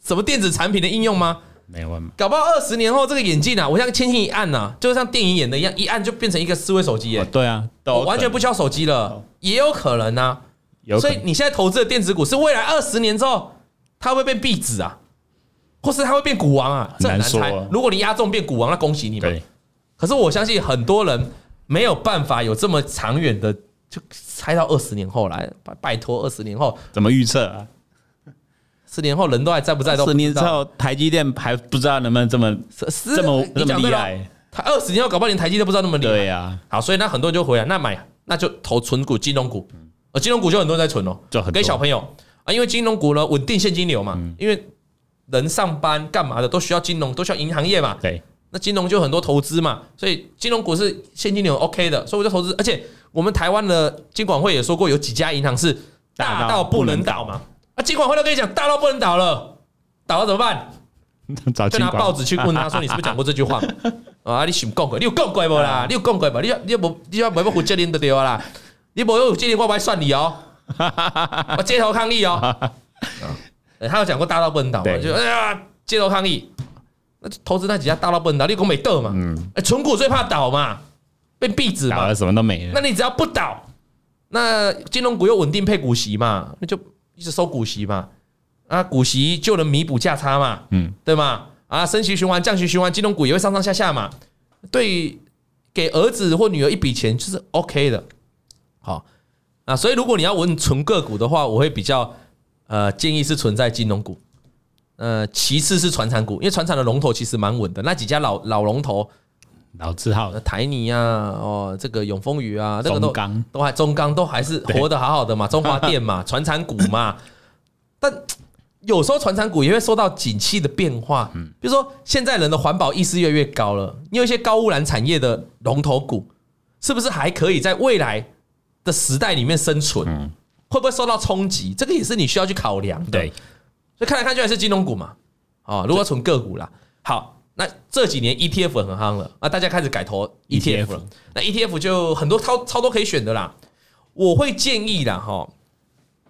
什么电子产品的应用吗？
没问法。
搞不好二十年后这个眼镜啊，我像轻轻一按呐、啊，就像电影演的一样，一按就变成一个智慧手机耶、
哦对啊，都有
我完
可能
全
哦
不需要手机了，也有可能啊。
有可
所
能，
以你现在投资的电子股是未来二十年之后，它会变壁纸啊，或是它会变股王啊，这很难
很难
猜
说啊。
如果你押中变股王，那恭喜你嘛。
对，
可是我相信很多人没有办法有这么长远的，就猜到二十年后来，拜拜托二十年后，
怎么预测啊？
十年后人都还在不在都不
四
知
年之
道。
后，台积电还不知道能不能这么
十
这么
你
这么
讲
厉
对了
害，
他二十年后搞不好连台积都不知道那么厉害。
对啊，
好，所以那很多人就回来，那买那就投存股、金融股，呃，金融股就很多人在存哦，
嗯就很多嗯
给小朋友啊，因为金融股呢稳定现金流嘛，因为人上班干嘛的都需要金融，都需要银行业嘛，
对，
那金融就有很多投资嘛，所以金融股是现金流 OK 的，所以我就投资，而且我们台湾的金管会也说过，有几家银行是大
大
到
到
不
不
能
能
倒嘛，啊，金管会都跟你讲大到不能倒了，倒了怎么办？
找
就
金
拿
管
报纸去问他说：“你是不是讲过这句话？” 啊，你想讲过，你有讲过 无啦？你有讲过无？你要你要无你要无要负责任就对了啦。你无要负责任，我不会算 你哦。我街头抗议哦。啊呃他有讲过大到不能倒嘛，
对
就哎呀街头抗议。那投资那几家大到不能倒，你讲没倒嘛？哎存股最怕倒嘛，变壁纸
打
嘛
嗯了。什么都没
那
了，
你只要不倒，那金融股又稳定配股息嘛，那就一直收股息嘛，啊，股息就能弥补价差嘛，
嗯，
对吗？啊，升息循环、降息循环，金融股也会上上下下嘛，对，给儿子或女儿一笔钱就是 OK 的，好啊，所以如果你要问纯个股的话，我会比较呃建议是存在金融股。呃，其次是传产股，因为传产的龙头其实蛮稳的，那几家老老龙头，
老字号
呃台泥啊，哦，这个永丰余啊，这个都
中钢
都还中钢都还是活得好好的嘛，中华电 嘛，传产股嘛，但有时候传产股也会受到景气的变化，
嗯
比如说现在人的环保意识越来越高了，你有一些高污染产业的龙头股，是不是还可以在未来的时代里面生存？
嗯
会不会受到冲击？这个也是你需要去考量的。
对，
所以看来看去还是金融股嘛，啊，如果存个股啦，好，那这几年 ETF 很夯了，啊，大家开始改投 ETF 了，那 ETF 就很多超超多可以选的啦，我会建议啦，哈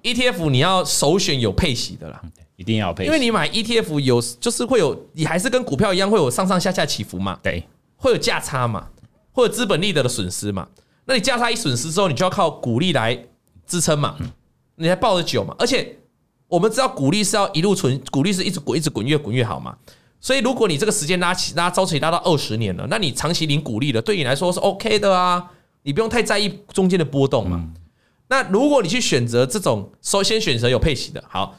，ETF 你要首选有配息的啦，
一定要配，
因为你买 ETF 有就是会有，你还是跟股票一样会有上上下下起伏嘛，
对
会有价差嘛，会有资本利得的损失嘛。那你价差一损失之后，你就要靠股利来支撑嘛，你才抱得久嘛。而且我们知道股利是要一路存，股利是一直滚，一直滚，越滚越好嘛。所以如果你这个时间拉起拉周期拉到二十年了，那你长期领股利了，对你来说是 OK 的啊，你不用太在意中间的波动嘛。那如果你去选择这种，首先选择有配息的，好，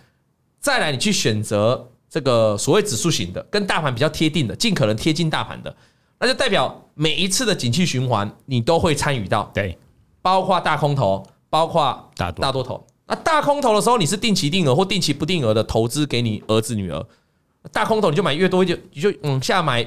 再来你去选择这个所谓指数型的，跟大盘比较贴近的，尽可能贴近大盘的，那就代表每一次的景气循环你都会参与到，
对
包括大空头，包括
大多
大多头。那大空头的时候，你是定期定额或定期不定额的投资给你儿子女儿。大空头你就买越多，就你就往下买，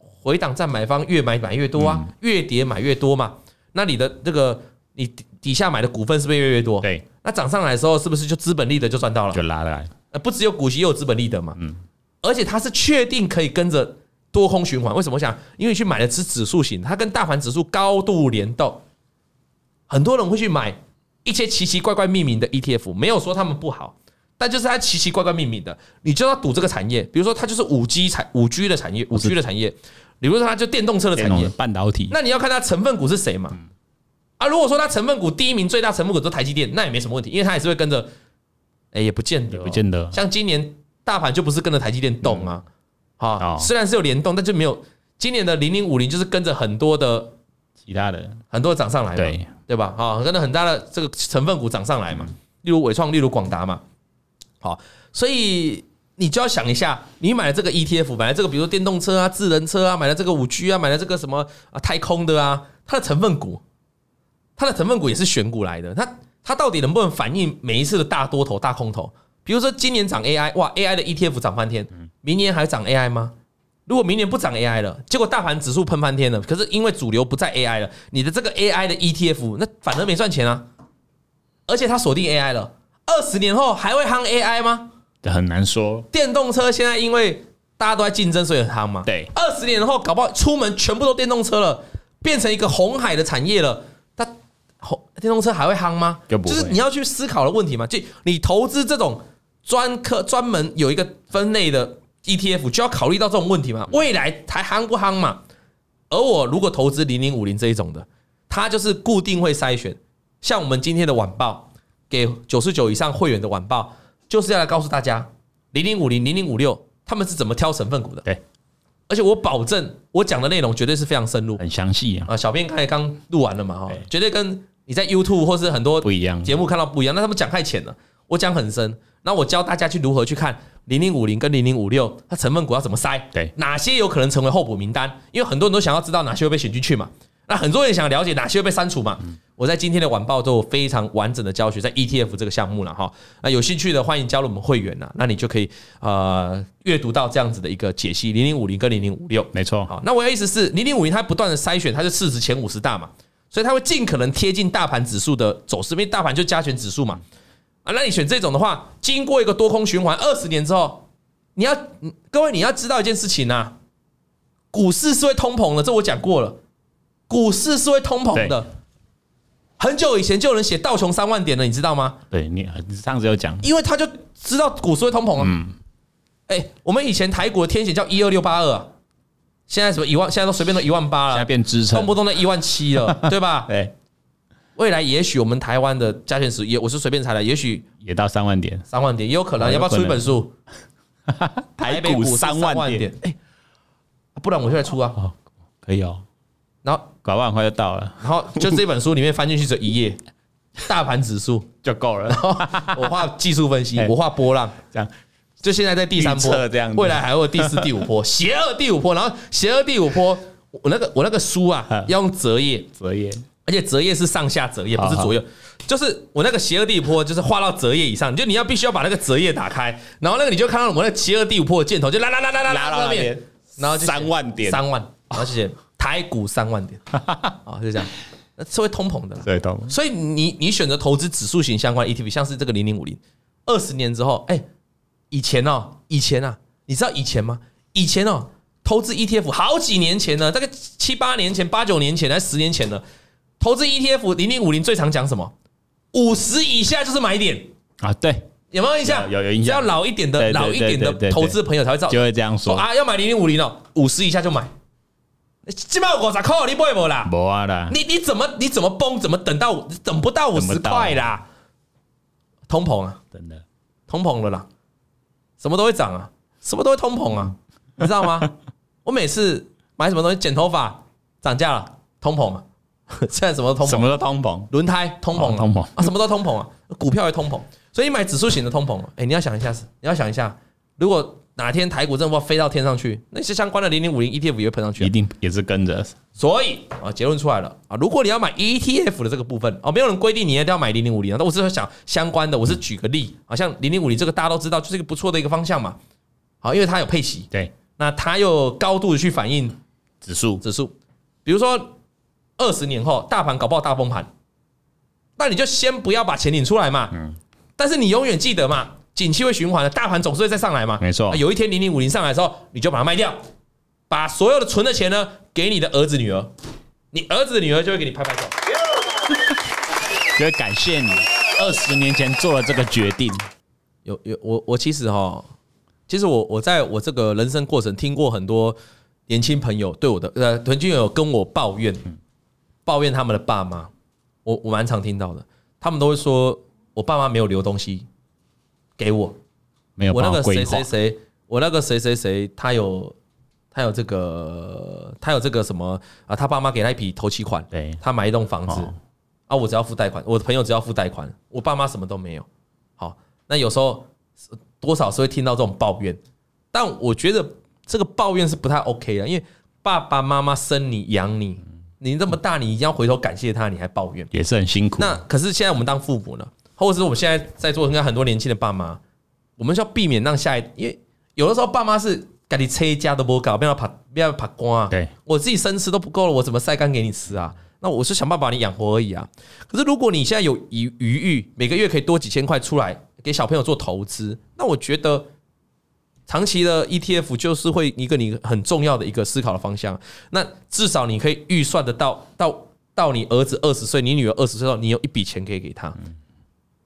回档再买方越买买越多
嗯
啊，越跌买越多嘛。那你的这个你底底下买的股份是不是越来越多？。
对，
那涨上来的时候，是不是就资本利得就赚到了
就？拉来，
呃，不只有股息，也有资本利得嘛。
嗯
而且它是确定可以跟着多空循环。为什么？我想，因为你去买的是指数型，它跟大盘指数高度联动。很多人会去买一些奇奇怪怪命名的 ETF，没有说他们不好，但就是它奇奇怪怪命名的，你就要赌这个产业。比如说，它就是五 G 产五 G 的产业，五 G 的产业。比如说，它就电动车的
电
产
动嗯
业
的，半导体，
那你要看它成分股是谁嘛。啊，如果说它成分股第一名最大成分股都台积电，那也没什么问题，因为它也是会跟着，哎、也不见得哦、
也不见得
像今年大盘就不是跟着台积电动啊，啊，
哦
虽然是有联动，但就没有今年的零零五零就是跟着很多的
其他的
很多涨上来嘛，
对
对吧？啊，跟着很大的这个成分股涨上来嘛，例如伟创，例如广达嘛，好，所以。你就要想一下，你买了这个 ETF，买了这个，比如说电动车啊、智能车啊，买了这个五 G 啊，买了这个什么啊太空的啊，它的成分股，它的成分股也是选股来的，它它到底能不能反映每一次的大多头、大空头？比如说今年涨 AI，哇，AI 的 ETF 涨翻天，明年还涨 AI 吗？如果明年不涨 AI 了，结果大盘指数喷翻天了，可是因为主流不在 AI 了，你的这个 AI 的 ETF 那反而没赚钱啊，而且它锁定 AI 了，二十年后还会夯 AI 吗？
很难说，
电动车现在因为大家都在竞争，所以很夯嘛。
对
二十年后搞不好出门全部都电动车了，变成一个红海的产业了，它红电动车还会夯吗？
就不会
是你要去思考的问题嘛。就你投资这种专科专门有一个分类的 ETF，就要考虑到这种问题
嗯
嘛，未来还夯不夯嘛？而我如果投资零零五零这一种的，它就是固定会筛选，像我们今天的晚报给九十九以上会员的晚报，就是要来告诉大家零零五零、零零五六他们是怎么挑成分股的。
对，
而且我保证我讲的内容绝对是非常深入
很详细啊，
啊。小编刚才刚录完了嘛，哈
对，
绝对跟你在 YouTube 或是很多
不一样，
节目看到不一样，那他们讲太浅了，我讲很深。那我教大家去如何去看零零五零跟零零五六，它成分股要怎么筛？
对，
哪些有可能成为候补名单？因为很多人都想要知道哪些会被选进去嘛。那很多人想了解哪些会被删除嘛？我在今天的晚报都有非常完整的教学，在 ETF 这个项目了哈。那有兴趣的欢迎加入我们会员呐、那你就可以呃阅读到这样子的一个解析零零五零跟零零五六。
没错，
好，那我的意思是，零零五零它不断的筛选，它是市值前五十大嘛，所以它会尽可能贴近大盘指数的走势，因为大盘就加权指数嘛。啊，那你选这种的话，经过一个多空循环二十年之后，你要嗯各位你要知道一件事情啊，股市是会通膨的，这我讲过了，股市是会通膨的。很久以前就有人写道琼三万点了，你知道吗？
对你你上次有讲，
因为他就知道股市会通膨啊。
嗯
哎、我们以前台股的天险叫一二六八二，啊现在什么一万，现在都随便都一万八
现在
了，
变支撑
动，不动都一万 七了，对吧？
对，
未来也许我们台湾的加权指数也我是随便猜的，也许
也到三万点，
三万点也有可能，
啊
要不
有
要
可
出
能
一本书？台北股市
三
万
万点，
哎、不然我就来出啊。
可以哦，
然后，
搞不好很快就到 了，
然后就这本书里面翻进去只有一页，大盘 指数，
就够了，
我画技术分析，
哎
我画波浪，
这样
就现在在第三
预
波
测这样子
未来还会有第四、第五 波，邪恶第五波，然后邪恶第五波，我那个我那个书啊
嗯，
要用折页，
折页，
而且折页是上下折页，不是
好好
左右，就是我那个邪恶第五波，就是画到折页以上，就你要必须要把那个折页打开，然后那个你就看到我那个邪恶第五波的箭头就拉拉拉拉拉到那边，然后就写
三万点，
三万，然后谢谢台股三 万点，啊，就这样，那是会通膨的啦。
对，懂，
所以你你选择投资指数型相关的 ETF，像是这个零零五零，二十年之后，哎、以前哦，以前啊，你知道以前吗？以前哦，投资 ETF 好几年前呢，大概七八年前、八九年前，还是十年前呢，投资 ETF 零零五零最常讲什么？五十以下就是买点，
啊，对，
有没有印象？
有有有印象
只要老一点的、
对对对
老一点
对对
的
对
投资朋友才会知道，
就会这样
说
说，
啊，要买零零五零哦，五十以下就买。起码五十块，你不会不啦？
没啊啦，
你你怎么你怎么崩？怎么等到等不到五
等
十
不到
块啦？通膨啊，
真的，
通膨了啦，什么都会涨啊，什么都会通膨啊，你知道吗？ 我每次买什么东西剪头发涨价了，通膨啊， 现在什么都通
什
膨，
么都通膨，
轮胎通膨啊、
哦通膨
啊，什么都通膨啊，股票也通膨，所以你买指数型的通膨，哎、你要想一下是，你要想一下，如果哪天台股真的飞到天上去，那些相关的零零五零 ETF 也会喷上去啊、
一定也是跟着
所以啊，结论出来了啊，如果你要买 ETF 的这个部分哦，没有人规定你一定要买零零五零啊，但我只是想相关的，我是举个例啊，像零零五零这个大家都知道，就是一个不错的一个方向嘛。好，因为它有配息，
对
那它又高度的去反映
指数
指数，比如说二十年后大盘搞不好大崩盘，那你就先不要把钱领出来嘛。
嗯
但是你永远记得嘛，景气会循环的，大盘总是会再上来嘛。
没错
啊有一天零零五零上来的时候，你就把它卖掉，把所有的存的钱呢给你的儿子女儿，你儿子女儿就会给你拍拍手。
就会感谢你二十年前做了这个决定。
有有，我我其实哈，其实我我在我这个人生过程听过很多年轻朋友对我的呃，曾经有跟我抱怨，抱怨他们的爸妈，我我蛮常听到的，他们都会说我爸妈没有留东西给我，
没有
我
办法
那个谁
规划
谁，谁，我那个谁谁谁，他有他有这个他有这个什么啊，他爸妈给他一笔头期款，
对
他买一栋房子、
哦
啊，我只要付贷款，我的朋友只要付贷款，我爸妈什么都没有。好，那有时候呃多少是会听到这种抱怨，但我觉得这个抱怨是不太 OK 的，因为爸爸妈妈生你养你，你这么大，你一定要回头感谢他，你还抱怨。
也是很辛苦。
那可是现在我们当父母呢，或者是我们现在在座应该很多年轻的爸妈，我们需要避免让下一，因为有的时候爸妈是赶紧车家都不搞，不要爬不要爬光啊。
对，
我自己生吃都不够了，我怎么晒干给你吃啊？那我是想办法把你养活而已啊。可是如果你现在有余余裕，每个月可以多几千块出来给小朋友做投资，那我觉得长期的 ETF 就是会一个你很重要的一个思考的方向。那至少你可以预算得到，到到你儿子二十岁，你女儿二十岁的时候，你有一笔钱可以给他。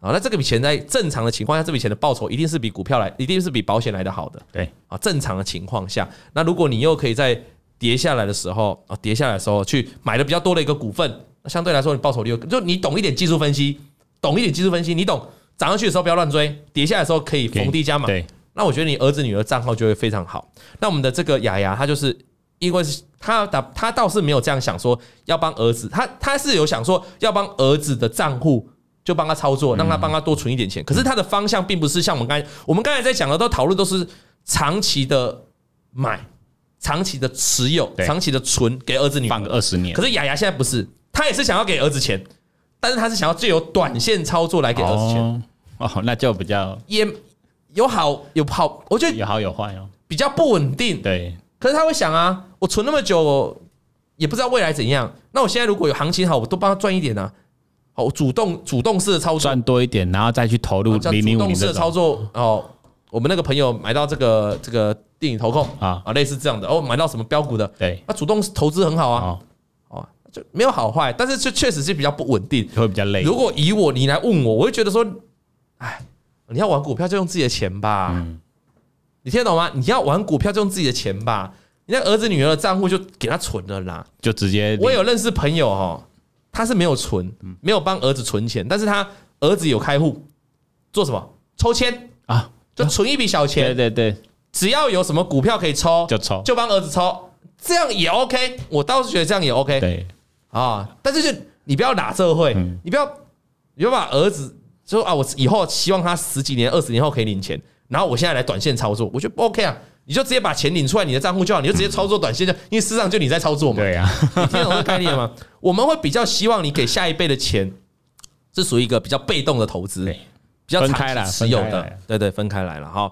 啊，那这个笔钱在正常的情况下，这笔钱的报酬一定是比股票来，一定是比保险来的好的。
对，
啊，正常的情况下，那如果你又可以在跌下来的时候啊，跌下来的时候去买的比较多的一个股份，那相对来说你报酬率又就你懂一点技术分析，懂一点技术分析，你懂涨上去的时候不要乱追，跌下来的时候可以
给
逢低加码。
对，
那我觉得你儿子女儿账号就会非常好。那我们的这个雅雅，她就是因为是她打她倒是没有这样想说要帮儿子，她她是有想说要帮儿子的账户。就帮他操作，让他帮他多存一点钱。可是他的方向并不是像我们刚才我们刚才在讲的，都讨论都是长期的买、长期的持有、
对
长期的存给儿子女儿
放个二十年
可，是雅雅现在不是，她也是想要给儿子钱，但是她是想要借由短线操作来给儿子钱，
哦哦， 那就比较
也有好有好，我觉得
有好有坏哦。
比较不稳定。
对，
可是他会想啊，我存那么久，我也不知道未来怎样。那我现在如果有行情好，我都帮他赚一点啊。好，我主动主动式的操作，啊
赚多一点，然后再去投入
叫
零
主
零五
动
零
式
这
的操
种。
作哦。我们那个朋友买到这个这个电影投控
啊
啊，类似这样的哦，买到什么标股的，啊
对，
那主动投资很好啊，
哦，
哦，就没有好坏，但是就确实是比较不稳定。
会比较累。
如果以我你来问我，我会觉得说，哎，你要玩股票就用自己的钱吧，你听得懂吗？你要玩股票就用自己的钱吧，你那儿子女儿的账户就给他存了啦。
就直接
我有认识朋友哦，他是没有存，没有帮儿子存钱，但是他儿子有开户，做什么？抽签，
啊，
就存一笔小
对
钱，
对对，
只要有什么股票可以抽，
啊就抽，
就帮儿子抽，这样也 OK，我倒是觉得这样也 OK。
对，
啊，但是就你不要打社会，
嗯
你不要，你不要把儿子说啊，我以后希望他十几年、二十年后可以领钱，然后我现在来短线操作，我觉得不 OK 啊，你就直接把钱领出来你的账户就好，你就直接操作短线就，因为事实上就你在操作嘛，
对啊，
你听懂这个概念吗？我们会比较希望你给下一辈的钱是属于一个比较被动的投资，
对
比较
分
长
开
期
来
持有
分开
的
来，
对对，分开来了哈。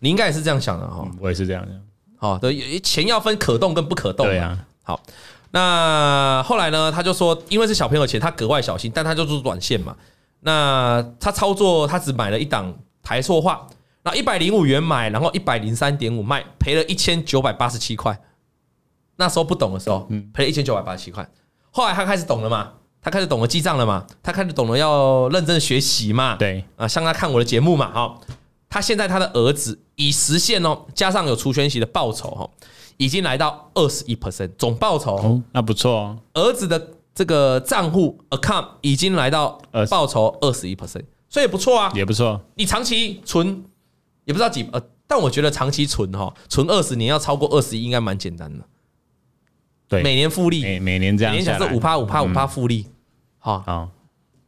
你应该也是这样想的哈，
我也是这样的。
好、对，钱要分可动跟不可动嘛，
对啊，
好，那后来呢，他就说，因为是小朋友钱，他格外小心，但他就做短线嘛。那他操作，他只买了一档台塑化，那一百零五元买，然后一百零三点五卖，赔了一千九百八十七块。那时候不懂的时候，赔了一千九百八十七块。后来他开始懂了嘛，他开始懂了记账了嘛，他开始懂了要认真学习嘛。
对，
啊，像他看我的节目嘛，哈、他现在他的儿子已实现哦，加上有除权息的报酬哈、哦，已经来到二十一 percent 总报酬、哦，
哦，那不错哦，
儿子的这个账户 account 已经来到
20
报酬二十一 percent，所以也不错啊。
也不错，
你长期存也不知道几呃，但我觉得长期存哈、哦，存二十年要超过二十一应该蛮简单的，
对，
每年复利，
每每年这样
每年
下
假设
来，嗯
五趴五趴五趴复利，好、
啊，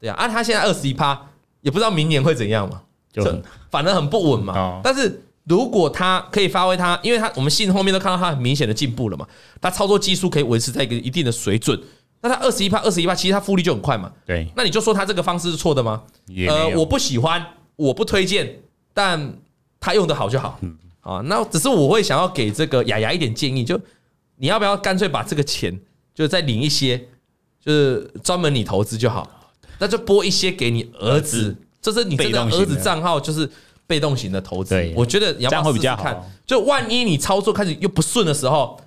对啊，啊，他现在二十一趴，也不知道明年会怎样嘛，
就很
这反而很不稳嘛。
哦
但是如果他可以发挥他，因为他我们信后面都看到他很明显的进步了嘛，他操作技术可以维持在一个一定的水准。那他二十一帕，二十一帕，其实他复利就很快嘛。
对
那你就说他这个方式是错的吗？
也
呃
没，有
我不喜欢，我不推荐，但他用的好就好。
嗯
啊，那只是我会想要给这个雅雅一点建议，就你要不要干脆把这个钱，就再领一些，就是专门你投资就好，那就拨一些给你儿子，就是你这个儿
被动型
子
的
账号就是被动型的投资
对。
我觉得你要
这
不要
样会比
试试
较
看
好？
就万一你操作开始又不顺的时候，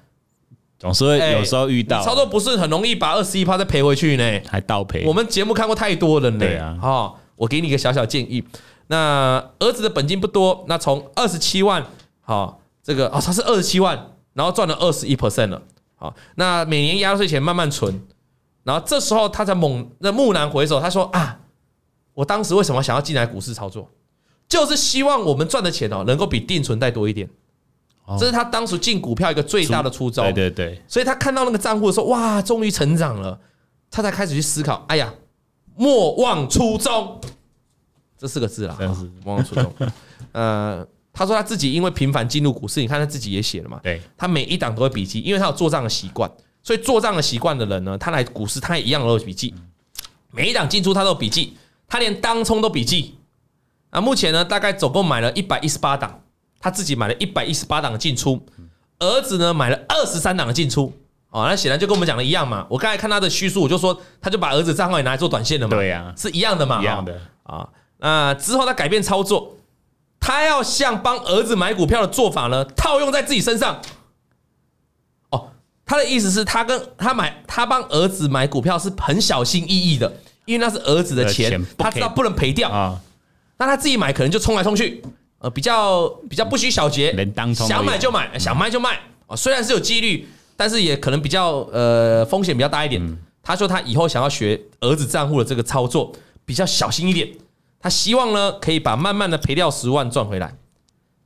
总是会
哎
有时候遇到
你操作不顺，很容易把二十一趴再赔回去呢。
还倒赔，
我们节目看过太多了呢。
对啊
哦，我给你一个小小建议，那儿子的本金不多，那从二十七万，好、这个哦，他是二十七万，然后赚了二十一 percent 了，好、那每年压岁钱慢慢存，然后这时候他才猛那蓦然回首，他说啊，我当时为什么想要进来股市操作，就是希望我们赚的钱哦，能够比定存再多一点。这是他当时进股票一个最大的初衷。
哦对对对，
所以他看到那个账户的时候，哇，终于成长了，他才开始去思考，哎呀，莫忘初衷，这四个字啦，
真是
啊莫忘初衷。呃，他说他自己因为频繁进入股市，你看他自己也写了嘛，
对
他每一档都会笔记，因为他有做账的习惯，所以做账的习惯的人呢，他来股市他也一样都有笔记，每一档进出他都有笔记，他连当冲都笔记。啊，目前呢，大概总共买了一百一十八档，他自己买了一百一十八档的进出，儿子呢买了二十三档的进出。哦，那显然就跟我们讲的一样嘛。我刚才看他的叙述，我就说他就把儿子账号也拿来做短线了嘛，
对呀
是一样的嘛，
一样的，
啊。那之后他改变操作，他要像帮儿子买股票的做法呢，套用在自己身上。哦，他的意思是他跟他买他帮儿子买股票是很小心翼翼的，因为那是儿子的钱，
钱不可以
他知道不能赔掉。
啊，
那他自己买可能就冲来冲去，呃，比较比较不拘小节，
连当冲都有啊
想买就
嗯
买，想卖就卖啊。虽然是有几率，但是也可能比较呃风险比较大一点。
嗯
他说他以后想要学儿子账户的这个操作，比较小心一点。他希望呢可以把慢慢的赔掉十万赚回来。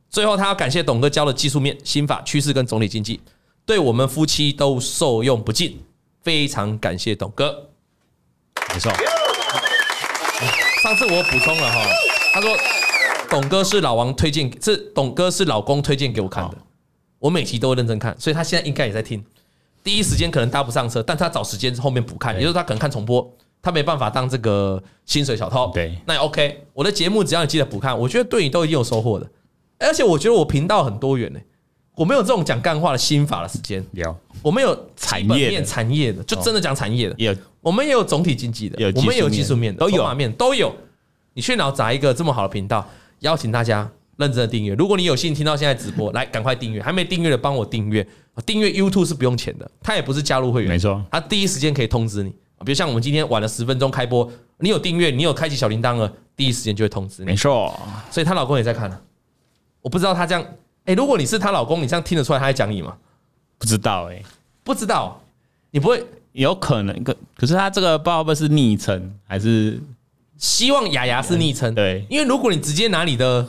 最后，他要感谢董哥教的技术面、心法、趋势跟总体经济，对我们夫妻都受用不尽，非常感谢董哥。
没错，
上次我补充了哈，他说董哥是老王推荐，是董哥是老公推荐给我看的，我每集都会认真看，所以他现在应该也在听。第一时间可能搭不上车，但他找时间后面补看，也就是他可能看重播，他没办法当这个薪水小偷。
对
那也 OK，我的节目只要你记得补看，我觉得对你都已经有收获的，而且我觉得我频道很多元呢、欸我没有这种讲干话的心法的时间，
有
我们有
产
基本
业
面
的
产业的，就真的讲产业的，
也有
我们也有总体经济的，
有技术
我
面
们也有技术面的，
都有
筹码面都有。你去哪找一个这么好的频道？邀请大家认真的订阅。如果你有幸听到现在 直播，来赶快订阅，还没订阅的帮我订阅。订阅 YouTube 是不用钱的，它也不是加入会员，
没错
它第一时间可以通知你。比如像我们今天晚了十分钟开播，你有订阅，你有开启小铃铛了，第一时间就会通知你
没。错，
所以她老公也在看啊。我不知道她这样，哎，如果你是她老公，你这样听得出来她在讲你吗？
不知道哎，
不知道，你不会
有可能可可是他这个不知道会不会是昵称还是
希望雅雅是昵称，
对
因为如果你直接拿你的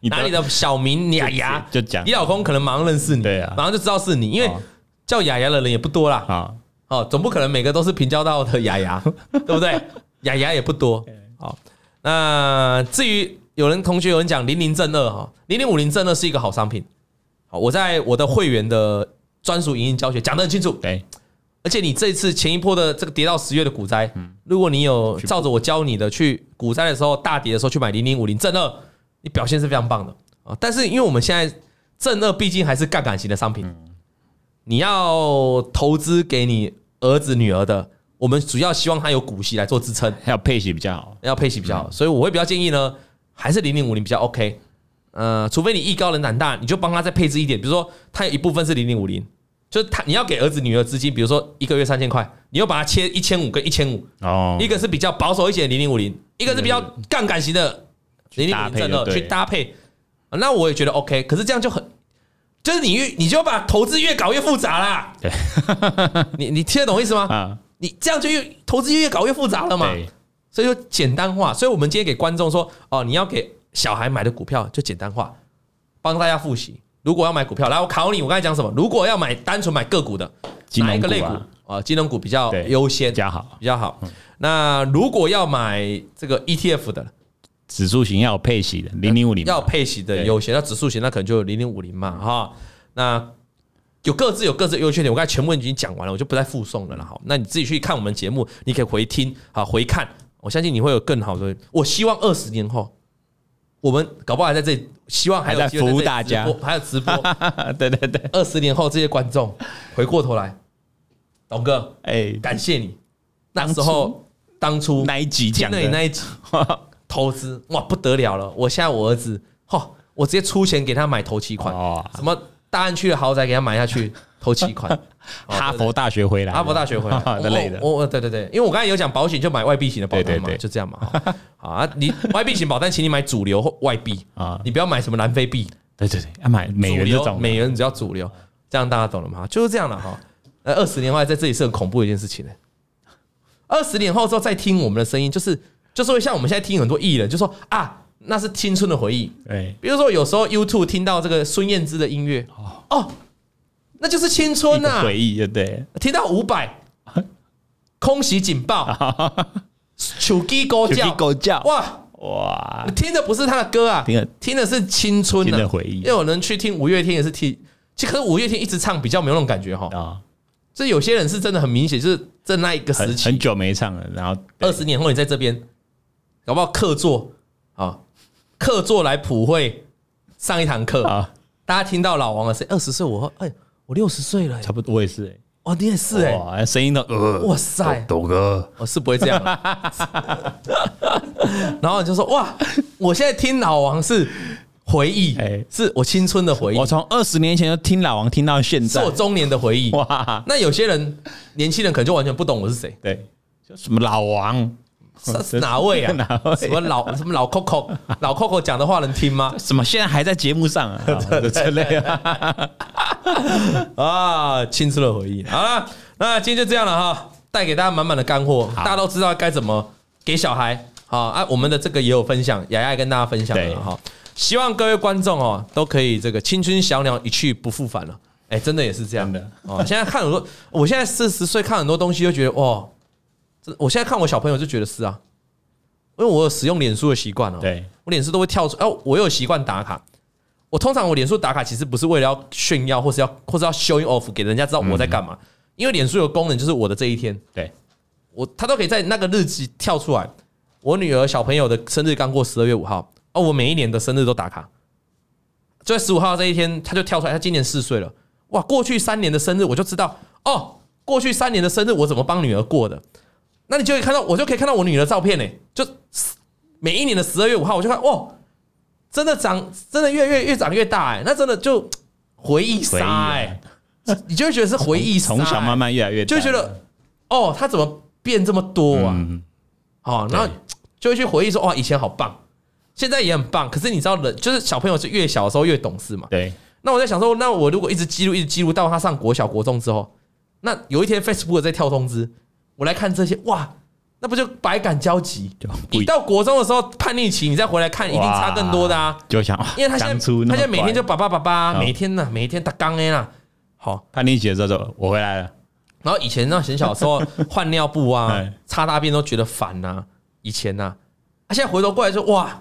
你
拿你的小名雅雅，
就讲
你老公可能马上认识你，
对啊
马上就知道是你，因为
哦
叫雅雅的人也不多啦，
啊
哦，总不可能每个都是平交道的雅 雅，对不对？雅雅也不多，好，那至于有人同学有人讲零零正二哈，零零五零正二是一个好商品，好，我在我的会员的专属影音教学讲得很清楚，
对
而且你这一次前一波的这个跌到十月的股灾，如果你有照着我教你的去股灾的时候大跌的时候去买零零五零正二，你表现是非常棒的啊。但是因为我们现在正二毕竟还是杠杆型的商品，你要投资给你儿子女儿的，我们主要希望他有股息来做支撑，
还有配息比较好，
要配息比较
嗯
好，所以我会比较建议呢，还是零零五零比较 OK。呃，除非你艺高人胆大，你就帮他再配置一点，比如说他有一部分是零零五零，就是他你要给儿子女儿资金，比如说一个月三千块，你又把它切一千五跟一千五，
哦
一个是比较保守一些的零零五零，一个是比较杠杆型的零零
嗯搭
五零
配
正
就
二
对
去搭配，啊那我也觉得 OK。可是这样就很，就是你越你就把投资越搞越复杂啦。
对，
你你听得懂我意思吗？
啊
你这样就越投资越搞越复杂了嘛。
对
所以就简单化。所以我们今天给观众说，哦，你要给小孩买的股票就简单化，帮大家复习。如果要买股票，来，我考你，我刚才讲什么？如果要买单纯买个股的，
金
哪一
融
个类
股
股
啊
啊？金融股比较
对嗯
优先
比，较好
比较好。那如果要买这个 ETF E 的，
指数型要有配息的零零五零，
要有配息的
对
优先，那指数型那可能就零零五零嘛哈。那有各自有各自的优缺点，我刚才全部已经讲完了，我就不再附送了啦。好，那你自己去看我们节目，你可以回听啊，回看，我相信你会有更好的。我希望二十年后，我们搞不好还在这里，希望还有
还在
机会
服务
这里
大家
直播还有直播。
对对对，
二十年后，这些观众回过头来，董哥，
哎，
感谢你那时候当初
那一集
听
讲
了你 那
的，哦
一集投资，哇，不得了了！我现在我儿子，吼，我直接出钱给他买头期款，
哦，
什么大安区的豪宅给他买下去， 头期款，哦
哈佛大学回来，
哈佛大学 回来哦
之哎类的
我我我对对对，因为我刚才有讲保险就买外币型的保单嘛，
对对对
就这样嘛。哈好啊，你外币型保单，请你买主流或外币啊
啊，
你不要买什么南非币，
对对对，
哦
要啊买美元
主
这
流
种的，
美元只要主流，这样大家懂了吗？就是这样了哈。呃，二十年后在这里是很恐怖的一件事情呢、二十年后之后再听我们的声音，就是就是会像我们现在听很多艺人，就说啊，那是青春的回忆。
对，
比如说有时候 YouTube 听到这个孙燕姿的音乐，哦，那就是青春
一
呐、
个回忆，对 对，
听到伍佰， 空袭警
啊
报，手机狗
就
叫
一，狗叫，
哇！
哇
你，听的不是他的歌啊，
听的
听的是青春啊
新
的、
的回忆
因为有人去听五月天也是听，其实可是五月天一直唱比较没有那种感觉哈。
啊，
这有些人是真的很明显，就是在那一个时
很很
期，
久没唱了，然后
二十年后你在这边，搞不好客座啊，客座来普惠上一堂课，
啊，
大家听到老王的声音，二十岁我后哎，我六十岁了、哎
差不多我也是，哎
哦，你也是哎、
哇，声音都呃，
哇塞，
董哥，
我是不会这样啊。 然后你就说哇，我现在听老王是回忆，
哎
是我青春的回忆
我，从二十年前就听老王听到现
是
在
我，中年的回忆。
哇，
那有些人，年轻人可能就完全不懂我是谁，
对，就什么老王，
是是哪位啊？
哦 哪位啊
什么老什么老 Coco，老 Coco 讲的话能听吗？
什么现在还在节目 上啊，之类啊，
啊，青春的回忆。好了，那今天就这样了哈，带给大家满满的干货，大家都知道该怎么给小孩。好啊，我们的这个也有分享，雅雅也跟大家分享
对
了哈。希望各位观众哦，都可以这个青春小鸟一去不复返了。哎，真的也是这样
真的
哦。现在看很多，我现在四十岁看很多东西，就觉得哇，这我现在看我小朋友就觉得是啊，因为我有使用脸书的习惯哦。
对，
我脸书都会跳出，哦，我有习惯打卡。我通常我脸书打卡其实不是为了要炫耀，或是要或是要 showing off 给人家知道我在干嘛，因为脸书有功能就是我的这一天，
对，
我他都可以在那个日期跳出来。我女儿小朋友的生日刚过十二月五号，哦，我每一年的生日都打卡，就在十五号这一天，他就跳出来，他今年四岁了，哇，过去三年的生日我就知道，哦，过去三年的生日我怎么帮女儿过的，那你就可以看到，我就可以看到我女儿的照片呢、就每一年的十二月五号，我就看，哇，真的长，真的越越越长越大哎、那真的就回忆
回忆
杀
啊
哎、你就会觉得是回忆杀、
从小
哎
慢慢越来越大，
就觉得哦，他怎么变这么多啊？
嗯
哦，然后
对
就会去回忆说，哦，以前好棒，现在也很棒。可是你知道人，就是小朋友是越小的时候越懂事嘛。
对，
那我在想说，那我如果一直记录，一直记录到他上国小、国中之后，那有一天 Facebook 在跳通知，我来看这些，哇，那不就百感交集？
就不
你
一
到国中的时候叛逆期，你再回来看，一定差更多的啊
哇。就想，哇
因为他现
当
在
初那
他
么
现在每天就
乖
爸爸爸
嗯
爸，每天呐、每天打刚 A 啦，好，
叛逆期的时候就，我回来了，
然后以前那很小的时候换尿布啊
哎、
擦大便都觉得烦呐、以前呐、啊，现在回头过来说哇，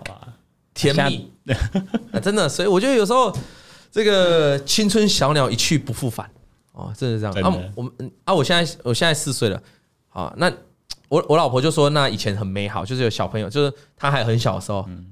甜 蜜，啊、真的，所以我觉得有时候这个青春小鸟一去不复返哦，真的是这样。
真的
啊，我们啊，我现在我现在四岁了啊，那我我老婆就说，那以前很美好，就是有小朋友，就是他还很小的时候，
嗯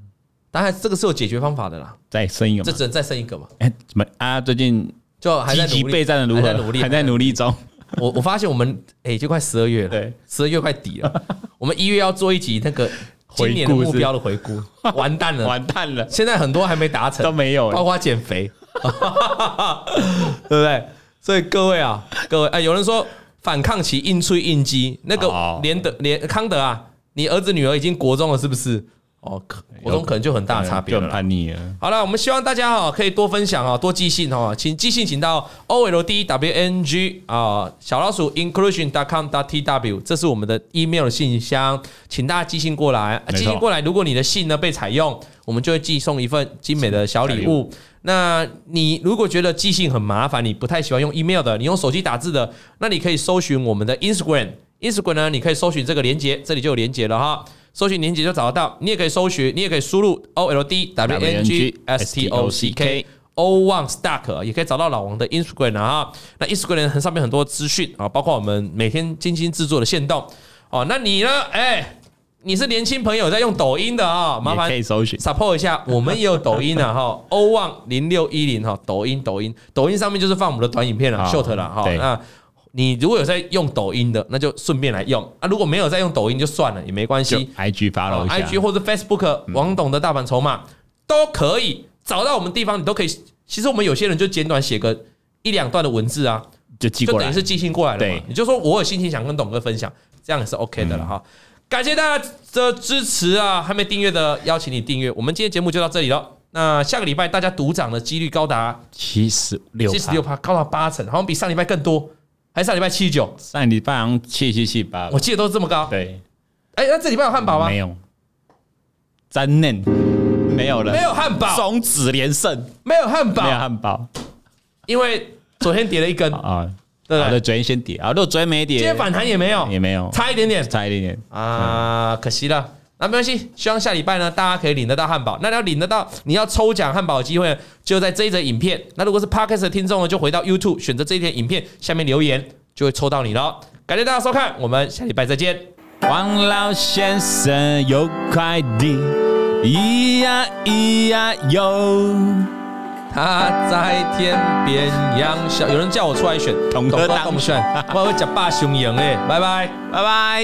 当然这个是有解决方法的啦，
再生一个
这
嘛，
只能再生一个嘛，
哎，怎么啊？最近
就还在
积极
努力
备战的如
还
何
在努？力，
还在努力中，
我我发现我们哎、就快十二月了
对，
十二月快底了，我们一月要做一集那个今年的
回顾
目
是
标的回顾，完蛋 了，
完蛋 了，
现在很多还没达成，
都没有
包
了，
括减肥，对不对？所以各位啊，各位啊，有人说反抗期硬吹硬激，那个
哦
连德连康德啊，你儿子女儿已经国中了，是不是？哦，可国中可能就很大的差别
哎就
了
很
啦。
叛逆了，
好了，我们希望大家哈可以多分享哦，多寄信哦，请寄信请到 o l d w n g 啊小老鼠 inclusion dot com dot t w，这是我们的 email 信箱，请大家寄信过来。啊
没错
寄信过来，如果你的信呢被采用，我们就会寄送一份精美的小礼
小礼
物。那你如果觉得寄信很麻烦，你不太喜欢用 email 的，你用手机打字的，那你可以搜寻我们的 Instagram。Instagram 呢，你可以搜寻这个连接，这里就有连接了哈。搜寻连接就找得到。你也可以搜寻，你也可以输入 O L D W N G S T O C K。O One Stock 也可以找到老王的 Instagram 啊，那 Instagram 很上面很多资讯啊，包括我们每天精心制作的线动哦。那你呢？哎，你是年轻朋友在用抖音的啊、麻
也
烦
可以搜寻
support 一下，我们也有抖音啊哈，O One 零六一零哈，抖音抖音抖音上面就是放我们的短影片了
好
，short 了哈。
对
那你如果有在用抖音的，那就顺便来用啊；如果没有在用抖音就算了，也没关
就
系。
IG
哦
follow 一
i
下嗯
g 或者 Facebook 王董的大盘筹码都可以找到我们地方，你都可以。其实我们有些人就简短写个一两段的文字啊，
就寄
就
过
等
来
于。是寄信过来了嘛
对。
你就说我有心情想跟董哥分享，这样也是 OK 的了
嗯
哈。感谢大家的支持啊！还没订阅的，邀请你订阅。我们今天节目就到这里了。那下个礼拜大家独涨的几率高达
七十六，
七十六趴，高达八成，好像比上礼拜更多，还是上礼拜七十九，
上礼拜好像七七七八，
我记得都是这么高。
对，
哎，那这礼拜有汉堡吗？
没有，沾嫩没有了，
没有汉堡，
终止连胜，
没有汉
没有
堡，
汉堡
因为昨天跌了一根，
啊。
对不
好
对
的，？昨天先跌啊，如果昨天没跌，
今天反弹也没有，
也没有，
差一点点
差一点点。
啊，可惜了。那没关系，希望下礼拜呢，大家可以领得到汉堡。那要领得到，你要抽奖汉堡的机会呢就在这一则影片。那如果是 Podcast 的听众呢，就回到 YouTube 选择这一条影片下面留言，就会抽到你了。感谢大家收看，我们下礼拜再见。
王老先生有快递，咿呀咿呀哟。
他在天边养小，有人叫我出来选，
董哥当
选，我会讲霸雄赢哎，拜拜。
拜拜。